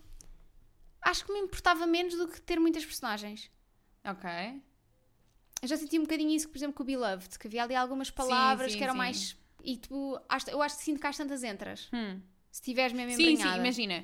Speaker 2: acho que me importava menos do que ter muitas personagens.
Speaker 1: ok.
Speaker 2: Eu já senti um bocadinho isso, por exemplo, com o Beloved, que havia ali algumas palavras
Speaker 1: sim,
Speaker 2: que eram
Speaker 1: sim.
Speaker 2: mais. E tu, às- eu acho que sinto que às tantas entras.
Speaker 1: Hum.
Speaker 2: Se tiveres mesmo
Speaker 1: Sim, sim,
Speaker 2: embrenhada.
Speaker 1: imagina.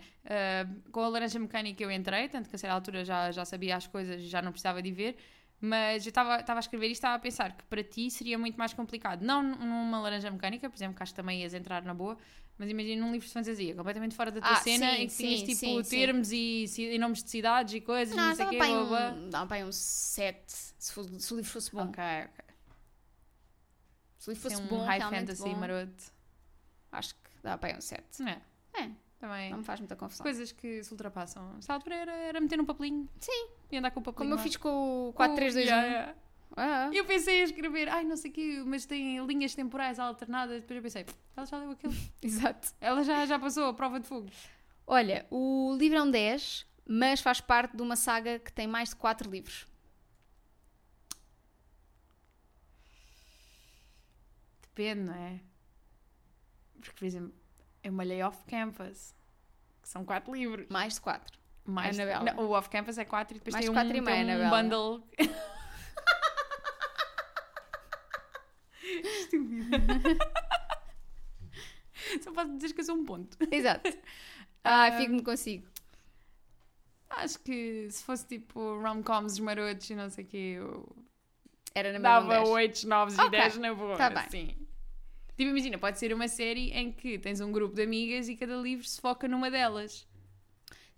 Speaker 1: uh, com a laranja mecânica eu entrei, tanto que a certa altura já, já sabia as coisas e já não precisava de ir ver. Mas eu estava estava a escrever e estava a pensar que para ti seria muito mais complicado. Não n- numa laranja mecânica, por exemplo, que acho que também ias entrar na boa, mas imagina num livro de fantasia, completamente fora da tua
Speaker 2: Ah,
Speaker 1: cena,
Speaker 2: sim,
Speaker 1: em que tinhas
Speaker 2: sim,
Speaker 1: tipo
Speaker 2: sim, sim.
Speaker 1: termos e, ci- e nomes de cidades e coisas, não,
Speaker 2: Não,
Speaker 1: sei o
Speaker 2: dava
Speaker 1: quê.
Speaker 2: para aí
Speaker 1: blá, blá.
Speaker 2: um, dava para aí um 7, se, fo- se o livro fosse bom.
Speaker 1: Ok, ok.
Speaker 2: Se o livro
Speaker 1: Fosse
Speaker 2: fosse
Speaker 1: um
Speaker 2: bom,
Speaker 1: high
Speaker 2: realmente
Speaker 1: fantasy
Speaker 2: bom,
Speaker 1: maroto.
Speaker 2: acho que dava para aí um 7.
Speaker 1: É,
Speaker 2: É,
Speaker 1: também.
Speaker 2: não me faz muita confusão.
Speaker 1: Coisas que se ultrapassam. Nessa altura era, era meter num papelinho. Sim. E andar com o papelinho.
Speaker 2: Como eu
Speaker 1: lá.
Speaker 2: fiz com o 4, 3, 2, 1.
Speaker 1: Uh, Oh, Yeah, yeah.
Speaker 2: Ah,
Speaker 1: Eu pensei em escrever, ai não sei o quê, mas tem linhas temporais alternadas. Depois eu pensei, "Pff, ela já leu aquilo.
Speaker 2: exato.
Speaker 1: Ela já, já passou a prova de fogo.
Speaker 2: Olha, o livro é um 10, mas faz parte de uma saga que tem mais de 4 livros.
Speaker 1: Depende, não é? Porque, por exemplo, é eu malhei off-campus, que são quatro livros.
Speaker 2: Mais de 4.
Speaker 1: Mais
Speaker 2: Anabela.
Speaker 1: não, o off-campus é quatro e depois
Speaker 2: Mais
Speaker 1: tem,
Speaker 2: quatro
Speaker 1: um,
Speaker 2: e meia,
Speaker 1: tem um
Speaker 2: Anabela.
Speaker 1: bundle. Estúpida. Só posso dizer que eu sou um ponto.
Speaker 2: Exato. Ah, fico-me consigo.
Speaker 1: Acho que se fosse tipo rom-coms marotos e não sei o quê, eu
Speaker 2: Era na mesma um
Speaker 1: Dava
Speaker 2: 10.
Speaker 1: 8, 9 e
Speaker 2: Ok,
Speaker 1: 10 na boa.
Speaker 2: tá bem.
Speaker 1: Sim. Tipo, imagina, pode ser uma série em que tens um grupo de amigas e cada livro se foca numa delas.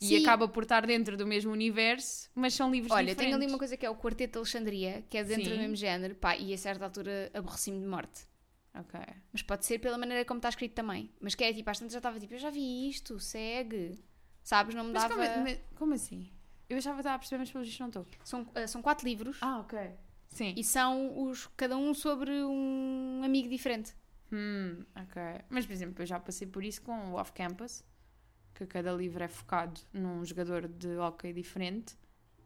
Speaker 1: E
Speaker 2: Sim.
Speaker 1: acaba por estar dentro do mesmo universo, mas são livros
Speaker 2: Olha,
Speaker 1: diferentes.
Speaker 2: tenho ali uma coisa que é o Quarteto de Alexandria, que é dentro
Speaker 1: Sim.
Speaker 2: do mesmo género, pá, e a certa altura aborreci-me de morte.
Speaker 1: Ok.
Speaker 2: Mas pode ser pela maneira como está escrito também. Mas que era tipo, às tantas já estava tipo, eu já vi isto, segue. Sabes, não me
Speaker 1: Mas
Speaker 2: dava.
Speaker 1: como, é- mas como assim? Eu achava que estava a perceber, mas pelo visto não estou.
Speaker 2: São, ah, são quatro livros
Speaker 1: Ah, ok. Sim.
Speaker 2: e são os cada um sobre um amigo diferente.
Speaker 1: Hum, ok. Mas, por exemplo, eu já passei por isso com o Off Campus, que cada livro é focado num jogador de hockey diferente,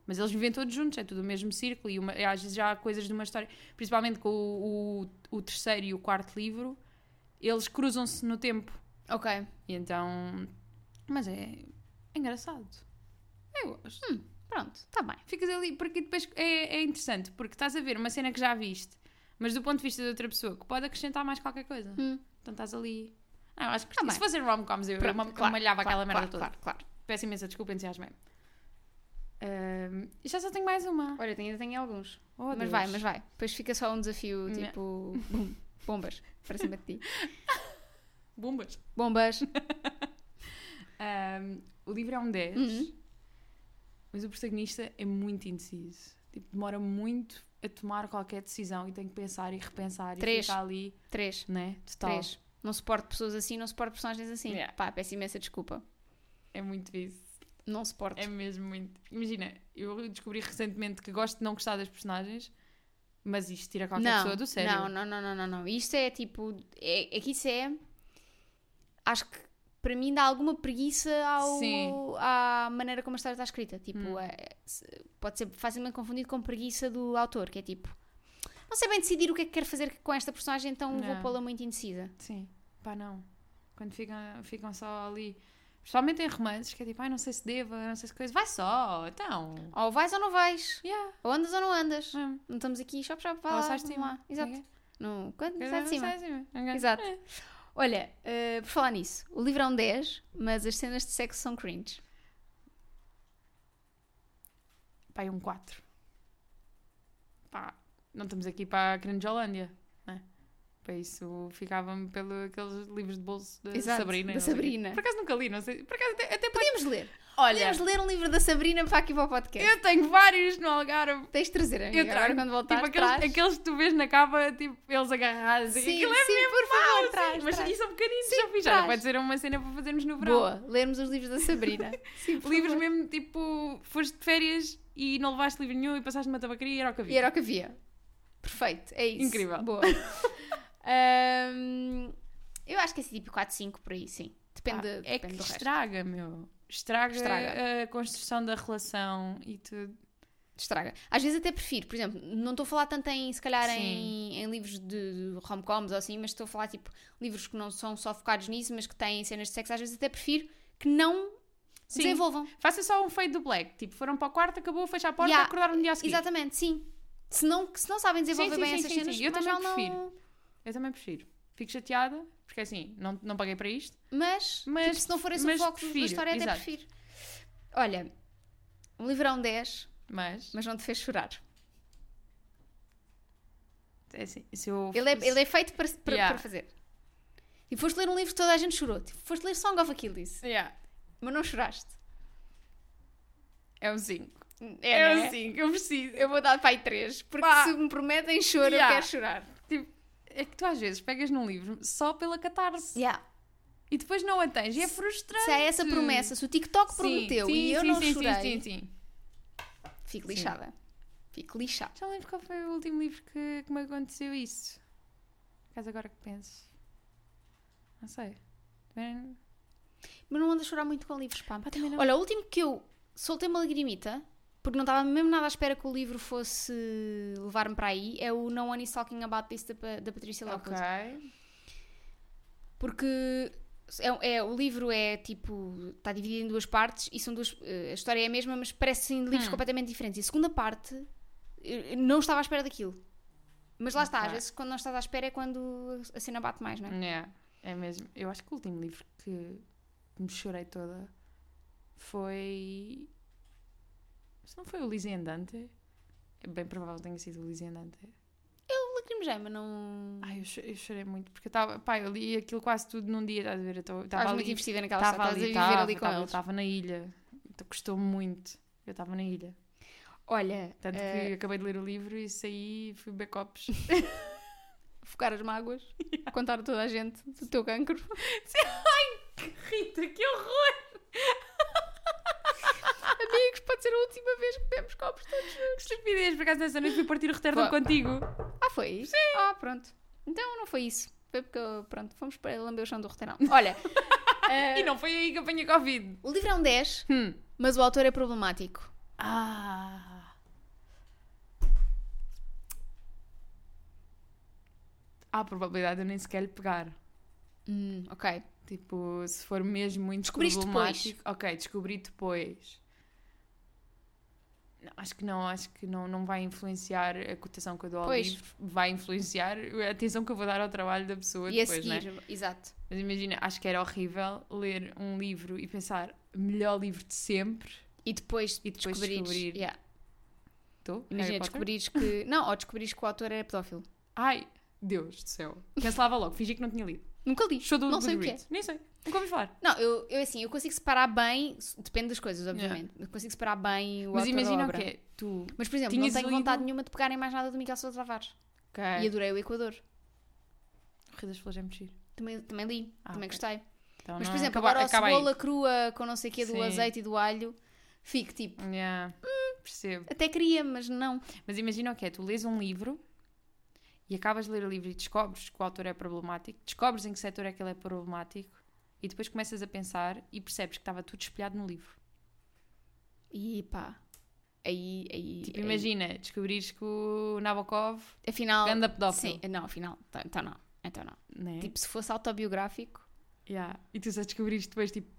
Speaker 1: mas eles vivem todos juntos, é tudo o mesmo círculo e, uma- e às vezes já há coisas de uma história, principalmente com o, o, o terceiro e o quarto livro, eles cruzam-se no tempo.
Speaker 2: Ok.
Speaker 1: E então. Mas é engraçado. Eu gosto.
Speaker 2: Pronto, está bem.
Speaker 1: Ficas ali, porque depois é, é interessante, porque estás a ver uma cena que já viste, mas do ponto de vista de outra pessoa, que pode acrescentar mais qualquer coisa.
Speaker 2: Hum.
Speaker 1: Então estás ali. Não, acho que
Speaker 2: Ah, bem.
Speaker 1: se fossem rom-coms, eu, eu
Speaker 2: Pronto,
Speaker 1: ma- eu
Speaker 2: claro,
Speaker 1: malhava
Speaker 2: claro,
Speaker 1: aquela merda
Speaker 2: claro,
Speaker 1: toda.
Speaker 2: Claro, claro.
Speaker 1: Peço imensa desculpa, entusiasmei-me. Ahm, e já só tenho mais uma.
Speaker 2: Olha, eu tenho- ainda tenho alguns.
Speaker 1: Oh,
Speaker 2: mas
Speaker 1: Deus.
Speaker 2: vai, mas vai. Depois fica só um desafio,
Speaker 1: Não.
Speaker 2: tipo, bum, bombas para cima de ti.
Speaker 1: Bombas.
Speaker 2: Bombas.
Speaker 1: Ahm, o livro é um 10,
Speaker 2: Uhum.
Speaker 1: mas o protagonista é muito indeciso. Tipo, demora muito a tomar qualquer decisão e tem que pensar e repensar
Speaker 2: Três.
Speaker 1: e ficar ali,
Speaker 2: Três.
Speaker 1: né? Total.
Speaker 2: Três. Não suporto pessoas assim, não suporto personagens assim.
Speaker 1: Yeah.
Speaker 2: Pá, peço imensa desculpa.
Speaker 1: É muito isso.
Speaker 2: Não suporto.
Speaker 1: É mesmo muito. Imagina, eu descobri recentemente que gosto de não gostar das personagens, mas isto tira qualquer
Speaker 2: não,
Speaker 1: pessoa do sério.
Speaker 2: Não, não, não, não, não, não. Isto é tipo. É, é que isso é. Acho que para mim dá alguma preguiça ao,
Speaker 1: Sim.
Speaker 2: à maneira como a história está escrita. Tipo,
Speaker 1: Hum.
Speaker 2: é- se- pode ser facilmente confundido com preguiça do autor, que é tipo. Não sei bem decidir o que é que quero fazer com esta personagem, então vou
Speaker 1: Não.
Speaker 2: pô-la muito indecisa.
Speaker 1: Sim, pá, não. Quando ficam, ficam só ali. Principalmente em romances, que é tipo, ai, não sei se devo, não sei se coisa. Vai só, então.
Speaker 2: Ou vais ou não vais.
Speaker 1: Yeah.
Speaker 2: Ou andas ou não andas.
Speaker 1: hum.
Speaker 2: Não estamos aqui, shop, shop, vai
Speaker 1: Ou
Speaker 2: lá.
Speaker 1: sais de
Speaker 2: Ah, vamos
Speaker 1: cima.
Speaker 2: lá. Exato.
Speaker 1: Ok?
Speaker 2: Não, quando?
Speaker 1: Coisa
Speaker 2: Sai de cima.
Speaker 1: sai de cima. Ok.
Speaker 2: Exato.
Speaker 1: É.
Speaker 2: Olha, eh, por falar nisso, o livro é um 10, mas as cenas de sexo são cringe.
Speaker 1: Pá, é um 4. Pá, não estamos aqui para a Grande Holândia, né? Para isso ficava-me pelos aqueles livros de bolso da
Speaker 2: Exato,
Speaker 1: Sabrina.
Speaker 2: da
Speaker 1: não sei o quê.
Speaker 2: Sabrina.
Speaker 1: Por acaso nunca li, não sei. Por acaso até, até pode-
Speaker 2: Podemos ler.
Speaker 1: Olha,
Speaker 2: Podemos ler um livro da Sabrina para aqui para o podcast.
Speaker 1: eu tenho vários no Algarve.
Speaker 2: Tens de trazer, amiga.
Speaker 1: Eu trago,
Speaker 2: é. Agora quando voltares,
Speaker 1: tipo, aqueles,
Speaker 2: traz.
Speaker 1: aqueles que tu vês na capa, tipo, eles agarrados.
Speaker 2: Sim,
Speaker 1: aquilo é
Speaker 2: sim,
Speaker 1: mesmo
Speaker 2: por favor,
Speaker 1: mau, sim,
Speaker 2: traz,
Speaker 1: Mas
Speaker 2: traz.
Speaker 1: isso é um são pequeninos, já fiz.
Speaker 2: traz.
Speaker 1: Já vai ser uma cena para fazermos no verão.
Speaker 2: Boa, lermos os livros da Sabrina. Sim, por
Speaker 1: Livros
Speaker 2: favor.
Speaker 1: mesmo, tipo, foste de férias e não levaste livro nenhum e passaste numa tabacaria e era o que
Speaker 2: E
Speaker 1: havia.
Speaker 2: era o que havia. Perfeito, é isso.
Speaker 1: Incrível.
Speaker 2: Boa. Ahm, eu acho que é assim, tipo 4, 5 por aí, sim.
Speaker 1: Ah,
Speaker 2: Depende,
Speaker 1: é que
Speaker 2: depende do resto.
Speaker 1: estraga, meu. Estraga,
Speaker 2: Estraga.
Speaker 1: a construção da relação e tudo.
Speaker 2: Estraga. Às vezes até prefiro, por exemplo, não estou a falar tanto em, se calhar, em,
Speaker 1: Sim.
Speaker 2: em livros de, de rom-coms ou assim, mas estou a falar, tipo, livros que não são só focados nisso, mas que têm cenas de sexo. Às vezes até prefiro que não
Speaker 1: Sim.
Speaker 2: desenvolvam.
Speaker 1: Faça só um fade do black. Tipo, foram para o quarto, acabou, fecha a porta
Speaker 2: Yeah,
Speaker 1: acordaram no dia a seguir.
Speaker 2: Exatamente, sim. Se não, que se não sabem desenvolver
Speaker 1: sim,
Speaker 2: bem
Speaker 1: sim,
Speaker 2: essas
Speaker 1: sim,
Speaker 2: cenas,
Speaker 1: sim. Eu
Speaker 2: mas
Speaker 1: também
Speaker 2: não-
Speaker 1: prefiro. Eu também prefiro. Fico chateada, porque assim, não, não paguei para isto.
Speaker 2: Mas,
Speaker 1: Mas-
Speaker 2: tipo, se não for esse o
Speaker 1: mas
Speaker 2: foco da
Speaker 1: prefiro,
Speaker 2: história, até
Speaker 1: exato.
Speaker 2: prefiro. Olha, um livrão 10,
Speaker 1: Mas,
Speaker 2: mas não te fez chorar.
Speaker 1: é assim, se eu...
Speaker 2: Ele é, ele é feito para, para,
Speaker 1: Yeah.
Speaker 2: para fazer. E foste ler um livro que toda a gente chorou. Tipo, foste ler Song of Achilles,
Speaker 1: Yeah,
Speaker 2: mas não choraste.
Speaker 1: é um 5.
Speaker 2: É,
Speaker 1: É,
Speaker 2: não
Speaker 1: um
Speaker 2: é?
Speaker 1: 5, eu preciso.
Speaker 2: Eu vou dar pai 3, porque
Speaker 1: Pá.
Speaker 2: se me prometem choro,
Speaker 1: Yeah.
Speaker 2: eu quero chorar.
Speaker 1: Tipo, é que tu às vezes pegas num livro só pela catarse
Speaker 2: Yeah.
Speaker 1: e depois não a tens e é frustrante.
Speaker 2: Se há essa promessa, se o TikTok
Speaker 1: Sim,
Speaker 2: prometeu
Speaker 1: sim,
Speaker 2: e eu
Speaker 1: sim,
Speaker 2: não
Speaker 1: sim,
Speaker 2: chorei,
Speaker 1: Sim, sim, sim.
Speaker 2: fico
Speaker 1: Sim.
Speaker 2: lixada. Fico lixada.
Speaker 1: Já lembro qual foi o último livro que, que me aconteceu isso. Por acaso agora que penso. Não sei. Também-
Speaker 2: Mas não ando a chorar muito com livros, pá.
Speaker 1: Pá, também não-
Speaker 2: Olha, o último que eu soltei uma lagrimita, porque não estava mesmo nada à espera que o livro fosse levar-me para aí, é o No One Is Talking About This da, Pa- da Patrícia Lockwood.
Speaker 1: Ok.
Speaker 2: Porque é, é- o livro é tipo. está dividido em duas partes e são duas. eh, A história é a mesma, mas parecem livros
Speaker 1: Hum.
Speaker 2: completamente diferentes. E a segunda parte, eh, não estava à espera daquilo. Mas lá está, às
Speaker 1: Ok.
Speaker 2: vezes quando não estás à espera é quando a cena bate mais, não é?
Speaker 1: É, é mesmo. Eu acho que o último livro que me chorei toda foi. Se não foi o Lise Andante. É bem provável que tenha sido o Lise Andante.
Speaker 2: Eu lacrimejei, mas não.
Speaker 1: Ai, eu, cho- eu chorei muito porque eu estava. Pá, eu li aquilo quase tudo num dia, estás a ver? Eu tô- eu
Speaker 2: Estavas
Speaker 1: estava
Speaker 2: muito
Speaker 1: ali.
Speaker 2: investida naquela
Speaker 1: Estava
Speaker 2: história,
Speaker 1: ali,
Speaker 2: estás a viver
Speaker 1: estava
Speaker 2: ali com eles.
Speaker 1: Estava na ilha. Então, Custou-me muito. Eu estava na ilha.
Speaker 2: Olha,
Speaker 1: Tanto
Speaker 2: eh,
Speaker 1: que acabei de ler o livro e saí fui beber copos.
Speaker 2: focar as mágoas, contar a toda a gente do teu cancro.
Speaker 1: Rita, que horror!
Speaker 2: Amigos, pode ser a última vez que bebemos copos todos juntos.
Speaker 1: Que estupidez! Por acaso nessa noite fui partir o retardão
Speaker 2: Pá.
Speaker 1: contigo.
Speaker 2: Ah, foi? Sim. Ah, pronto. Então não foi isso. Foi porque, pronto, fomos para lamber o chão do roteirão. Olha, eh,
Speaker 1: E não foi aí que apanhei Covid.
Speaker 2: o livro é um 10,
Speaker 1: Hum.
Speaker 2: mas o autor é problemático.
Speaker 1: Ah! Há probabilidade de eu nem sequer lhe pegar.
Speaker 2: Hum, ok.
Speaker 1: Tipo, se for mesmo muito
Speaker 2: Descobriste
Speaker 1: problemático. Ok, descobri depois. Não, acho que não, acho que não, não vai influenciar a cotação que eu dou ao
Speaker 2: Pois.
Speaker 1: livro, vai influenciar a atenção que eu vou dar ao trabalho da pessoa
Speaker 2: E a
Speaker 1: depois, né?
Speaker 2: seguir, exato.
Speaker 1: Mas imagina, acho que era horrível ler um livro e pensar melhor livro de sempre.
Speaker 2: E depois,
Speaker 1: E depois
Speaker 2: descobrires.
Speaker 1: descobrir
Speaker 2: yeah.
Speaker 1: Estou?
Speaker 2: Imagina, descobrires que. Não, ou descobrires que o autor era pedófilo.
Speaker 1: Ai, Deus do céu. Cancelava logo, fingi que não tinha lido.
Speaker 2: Nunca li.
Speaker 1: Show do
Speaker 2: não sei o que é.
Speaker 1: Goodreads. Nem sei, nunca ouvi falar.
Speaker 2: Não, eu, eu assim, eu consigo separar bem, depende das coisas, obviamente. Eu consigo separar bem o
Speaker 1: Mas
Speaker 2: autor da
Speaker 1: imagina o
Speaker 2: obra.
Speaker 1: que é. Tu.
Speaker 2: Mas, por exemplo,
Speaker 1: Tinhas
Speaker 2: não tenho
Speaker 1: lido- É.
Speaker 2: vontade nenhuma de pegar em mais nada do Miguel Sousa Tavares.
Speaker 1: Ok.
Speaker 2: E adorei o Equador.
Speaker 1: O Rei das Flores é muito giro.
Speaker 2: Também, também li,
Speaker 1: Ah,
Speaker 2: também
Speaker 1: ok.
Speaker 2: gostei.
Speaker 1: Então
Speaker 2: Mas,
Speaker 1: não-
Speaker 2: por exemplo,
Speaker 1: acaba-
Speaker 2: agora a
Speaker 1: acaba aí.
Speaker 2: cebola crua com não sei o quê do
Speaker 1: Sim.
Speaker 2: azeite e do alho, fico tipo,
Speaker 1: Yeah, Percebo.
Speaker 2: até queria, mas não.
Speaker 1: Mas imagina o que é, tu lês um livro e acabas de ler o livro e descobres que o autor é problemático, descobres em que setor é que ele é problemático e depois começas a pensar e percebes que estava tudo espelhado no livro.
Speaker 2: E pá, aí, aí,
Speaker 1: Tipo,
Speaker 2: aí-
Speaker 1: imagina, descobrires que o Nabokov é
Speaker 2: afinal,
Speaker 1: ganda pedófilo.
Speaker 2: sim, não, afinal, então- então não, então não.
Speaker 1: Né?
Speaker 2: Tipo, se fosse autobiográfico,
Speaker 1: Yeah. E tu só descobrires depois, tipo,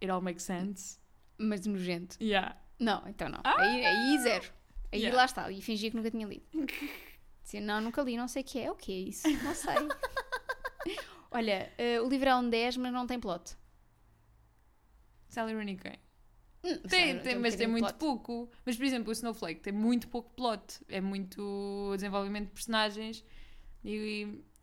Speaker 1: it all makes sense.
Speaker 2: mas nojento,
Speaker 1: Yeah.
Speaker 2: não, então não.
Speaker 1: Ah!
Speaker 2: Aí, aí zero, aí
Speaker 1: Yeah.
Speaker 2: lá está, e fingia que nunca tinha lido. Dizia, não, nunca li, não sei o que é, o que é isso, não sei. Olha, eh, o livro é um 10, mas não tem plot.
Speaker 1: Sally Rooney quem?
Speaker 2: Hum, mas
Speaker 1: Tem,
Speaker 2: sabe,
Speaker 1: tem,
Speaker 2: um
Speaker 1: mas
Speaker 2: bocadinho de
Speaker 1: tem muito
Speaker 2: plot.
Speaker 1: pouco. Mas, por exemplo, o Snowflake tem muito pouco plot. É muito desenvolvimento de personagens e, e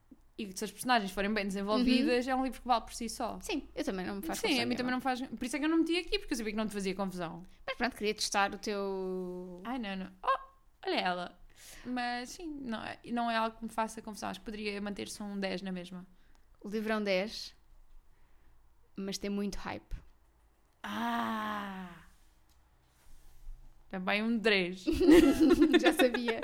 Speaker 1: e se as personagens forem bem desenvolvidas,
Speaker 2: Uhum.
Speaker 1: é um livro que vale por si só.
Speaker 2: Sim, eu também não me faço
Speaker 1: Sim,
Speaker 2: confusão
Speaker 1: a mim
Speaker 2: nenhuma.
Speaker 1: também não me faz. Por isso é que eu não meti aqui, porque eu sabia que não te fazia confusão.
Speaker 2: Mas pronto, queria testar o teu.
Speaker 1: Ai, não, não. Oh, olha ela. Mas sim, não é, não é algo que me faça confusão. Acho que poderia manter-se um 10 na mesma.
Speaker 2: O livro é um 10, mas tem muito hype.
Speaker 1: Ah! Também um 3.
Speaker 2: Já sabia.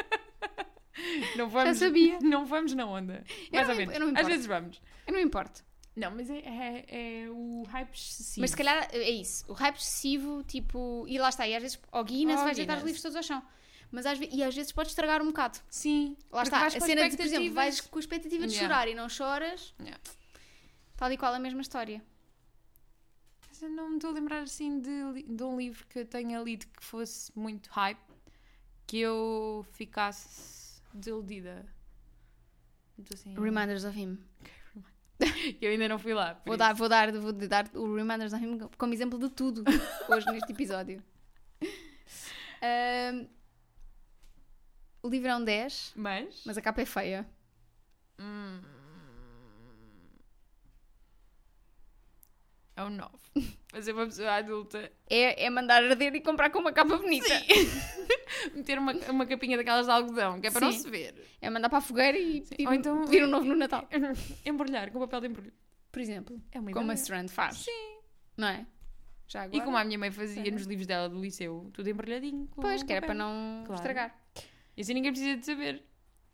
Speaker 1: Não vamos,
Speaker 2: sabia.
Speaker 1: Não vamos na onda. Mais
Speaker 2: não
Speaker 1: ou
Speaker 2: me-
Speaker 1: menos.
Speaker 2: eu não me
Speaker 1: Às
Speaker 2: importo.
Speaker 1: vezes vamos.
Speaker 2: Eu não me importo.
Speaker 1: Não, mas é, é, é o hype excessivo.
Speaker 2: Mas se calhar é isso. O hype excessivo, tipo. E lá está, e às vezes. Ou Guinness,
Speaker 1: Ao
Speaker 2: vais deitar os
Speaker 1: Oh, Guinness.
Speaker 2: livros todos ao chão. Mas às ve- E às vezes pode estragar um bocado.
Speaker 1: Sim.
Speaker 2: Lá
Speaker 1: porque
Speaker 2: está, a
Speaker 1: vais com
Speaker 2: cena de, por exemplo,
Speaker 1: expectativas.
Speaker 2: vais com a expectativa de
Speaker 1: Yeah.
Speaker 2: chorar e não choras.
Speaker 1: Yeah.
Speaker 2: Tal e qual a mesma história.
Speaker 1: Mas eu não me estou a lembrar assim de, li- de um livro que eu tenha lido que fosse muito hype, que eu ficasse desiludida. Então, assim,
Speaker 2: Reminders of Him.
Speaker 1: Eu ainda não fui lá. por
Speaker 2: Vou
Speaker 1: isso.
Speaker 2: dar, vou, dar, vou de dar o Reminders of Him como exemplo de tudo hoje neste episódio. Ahm, o livro é um 10,
Speaker 1: Mas.
Speaker 2: mas a capa é feia.
Speaker 1: Hum. É um 9. Fazer uma pessoa adulta
Speaker 2: É, é mandar arder e comprar com uma capa bonita.
Speaker 1: meter uma, uma capinha daquelas de algodão, que é para não
Speaker 2: Sim.
Speaker 1: se ver.
Speaker 2: É mandar para a fogueira e pedir,
Speaker 1: Ou então-
Speaker 2: pedir um novo no Natal.
Speaker 1: Embrulhar, com papel de embrulho.
Speaker 2: Por exemplo,
Speaker 1: É uma
Speaker 2: como a
Speaker 1: ideia.
Speaker 2: Strand faz. Sim. Não é? Já agora.
Speaker 1: E como a minha mãe fazia
Speaker 2: Sim.
Speaker 1: nos livros dela do liceu, tudo embrulhadinho. Com
Speaker 2: Pois, que era
Speaker 1: papel.
Speaker 2: para não
Speaker 1: Claro.
Speaker 2: estragar.
Speaker 1: E assim ninguém precisa de saber.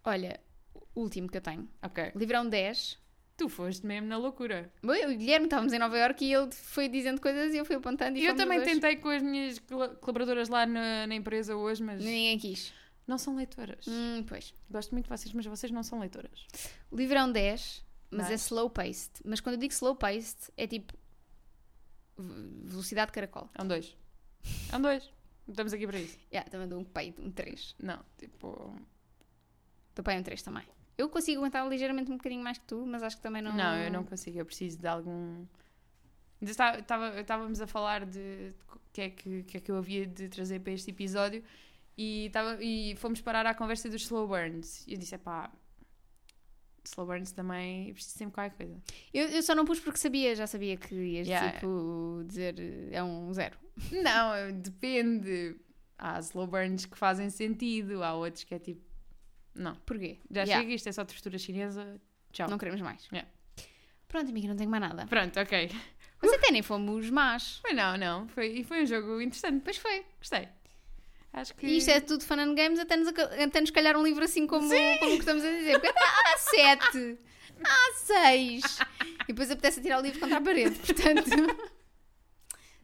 Speaker 2: Olha, o último que eu tenho.
Speaker 1: Ok.
Speaker 2: O livro é um 10.
Speaker 1: Tu foste mesmo na loucura.
Speaker 2: Bom, eu e o Guilherme estávamos em Nova Iorque e ele foi dizendo coisas e eu fui apontando e
Speaker 1: eu
Speaker 2: fomos os
Speaker 1: também
Speaker 2: dois.
Speaker 1: tentei com as minhas col- colaboradoras lá na, na empresa hoje, mas
Speaker 2: Ninguém quis.
Speaker 1: não são leitoras.
Speaker 2: Hum, pois.
Speaker 1: Gosto muito de vocês, mas vocês não são leitoras.
Speaker 2: O livro é um 10, mas é
Speaker 1: Mas?
Speaker 2: slow paced. Mas quando eu digo slow paced, é tipo. ve- velocidade de caracol.
Speaker 1: É um dois. É um dois. Estamos aqui para isso.
Speaker 2: Yeah, também dou um peito, um 3.
Speaker 1: Não, tipo.
Speaker 2: Dou pai um 3 também. Eu consigo aguentar ligeiramente um bocadinho mais que tu, mas acho que também não.
Speaker 1: Não, eu não consigo, eu preciso de algum. Ainda está- estava- Estávamos a falar de de co- que é que, que é que eu havia de trazer para este episódio e, estava, e fomos parar à conversa dos slow burns. E eu disse: pá, slow burns também, eu preciso sempre qualquer coisa.
Speaker 2: Eu, eu só não pus porque sabia, já sabia que ias
Speaker 1: Yeah.
Speaker 2: tipo dizer eh, é um 0.
Speaker 1: Não, eu- depende. Há slow burns que fazem sentido, há outros que é tipo: não,
Speaker 2: Porquê?
Speaker 1: já
Speaker 2: Yeah,
Speaker 1: chega, isto é só tortura chinesa, tchau.
Speaker 2: Não queremos mais.
Speaker 1: Yeah.
Speaker 2: Pronto, amiga, não tenho mais nada.
Speaker 1: Pronto, ok.
Speaker 2: Mas até nem fomos más.
Speaker 1: Foi não, não, foi, e foi um jogo interessante,
Speaker 2: Pois foi.
Speaker 1: gostei. Acho que.
Speaker 2: E isto é tudo fun and games, até nos, aca- até nos calhar um livro assim como, como o que estamos a dizer. Porque ah, há sete, há seis. E depois apetece tirar o livro contra a parede. Portanto,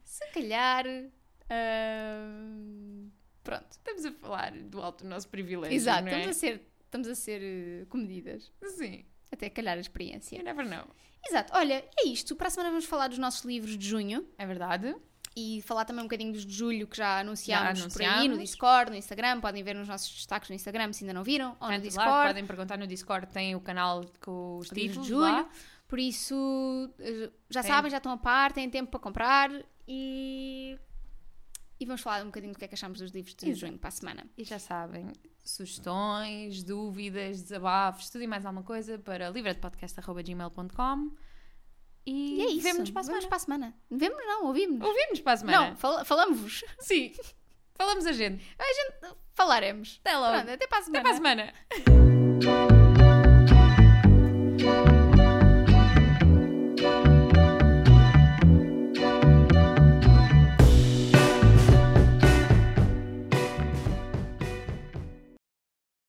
Speaker 2: se calhar. ahm, pronto.
Speaker 1: Estamos a falar do alto do nosso privilégio,
Speaker 2: Exato,
Speaker 1: não é?
Speaker 2: estamos a ser, estamos a ser eh, comedidas.
Speaker 1: Sim,
Speaker 2: Até calhar a
Speaker 1: you
Speaker 2: experiência.
Speaker 1: never know.
Speaker 2: Exato, olha, é isto. Para a semana vamos falar dos nossos livros de junho.
Speaker 1: É verdade.
Speaker 2: e falar também um bocadinho dos de julho que já anunciámos,
Speaker 1: Já
Speaker 2: por aí no
Speaker 1: anunciámos.
Speaker 2: Discord, no Instagram, podem ver nos nossos destaques no Instagram se ainda não viram, ou no
Speaker 1: Portanto, lá
Speaker 2: Discord,
Speaker 1: podem perguntar no Discord, tem o canal com os
Speaker 2: livros
Speaker 1: títulos
Speaker 2: de julho.
Speaker 1: lá.
Speaker 2: Por isso, eh, já
Speaker 1: Tem.
Speaker 2: sabem, já estão a par, têm tempo para comprar e e vamos falar um bocadinho do que é que achamos dos livros de
Speaker 1: Exato.
Speaker 2: junho para a semana.
Speaker 1: E já sabem, sugestões, dúvidas, desabafos, tudo e mais alguma coisa para livradepodcast.gmail.com E,
Speaker 2: E é isso.
Speaker 1: vemo-nos para a
Speaker 2: Vemos
Speaker 1: semana.
Speaker 2: para a semana. Vemos não, ouvimos.
Speaker 1: Ouvimos para a semana.
Speaker 2: Não, fal- falamos-vos.
Speaker 1: Sim. Falamos a gente.
Speaker 2: Falaremos.
Speaker 1: Até logo.
Speaker 2: Pronto, até para a semana.
Speaker 1: Até para a semana.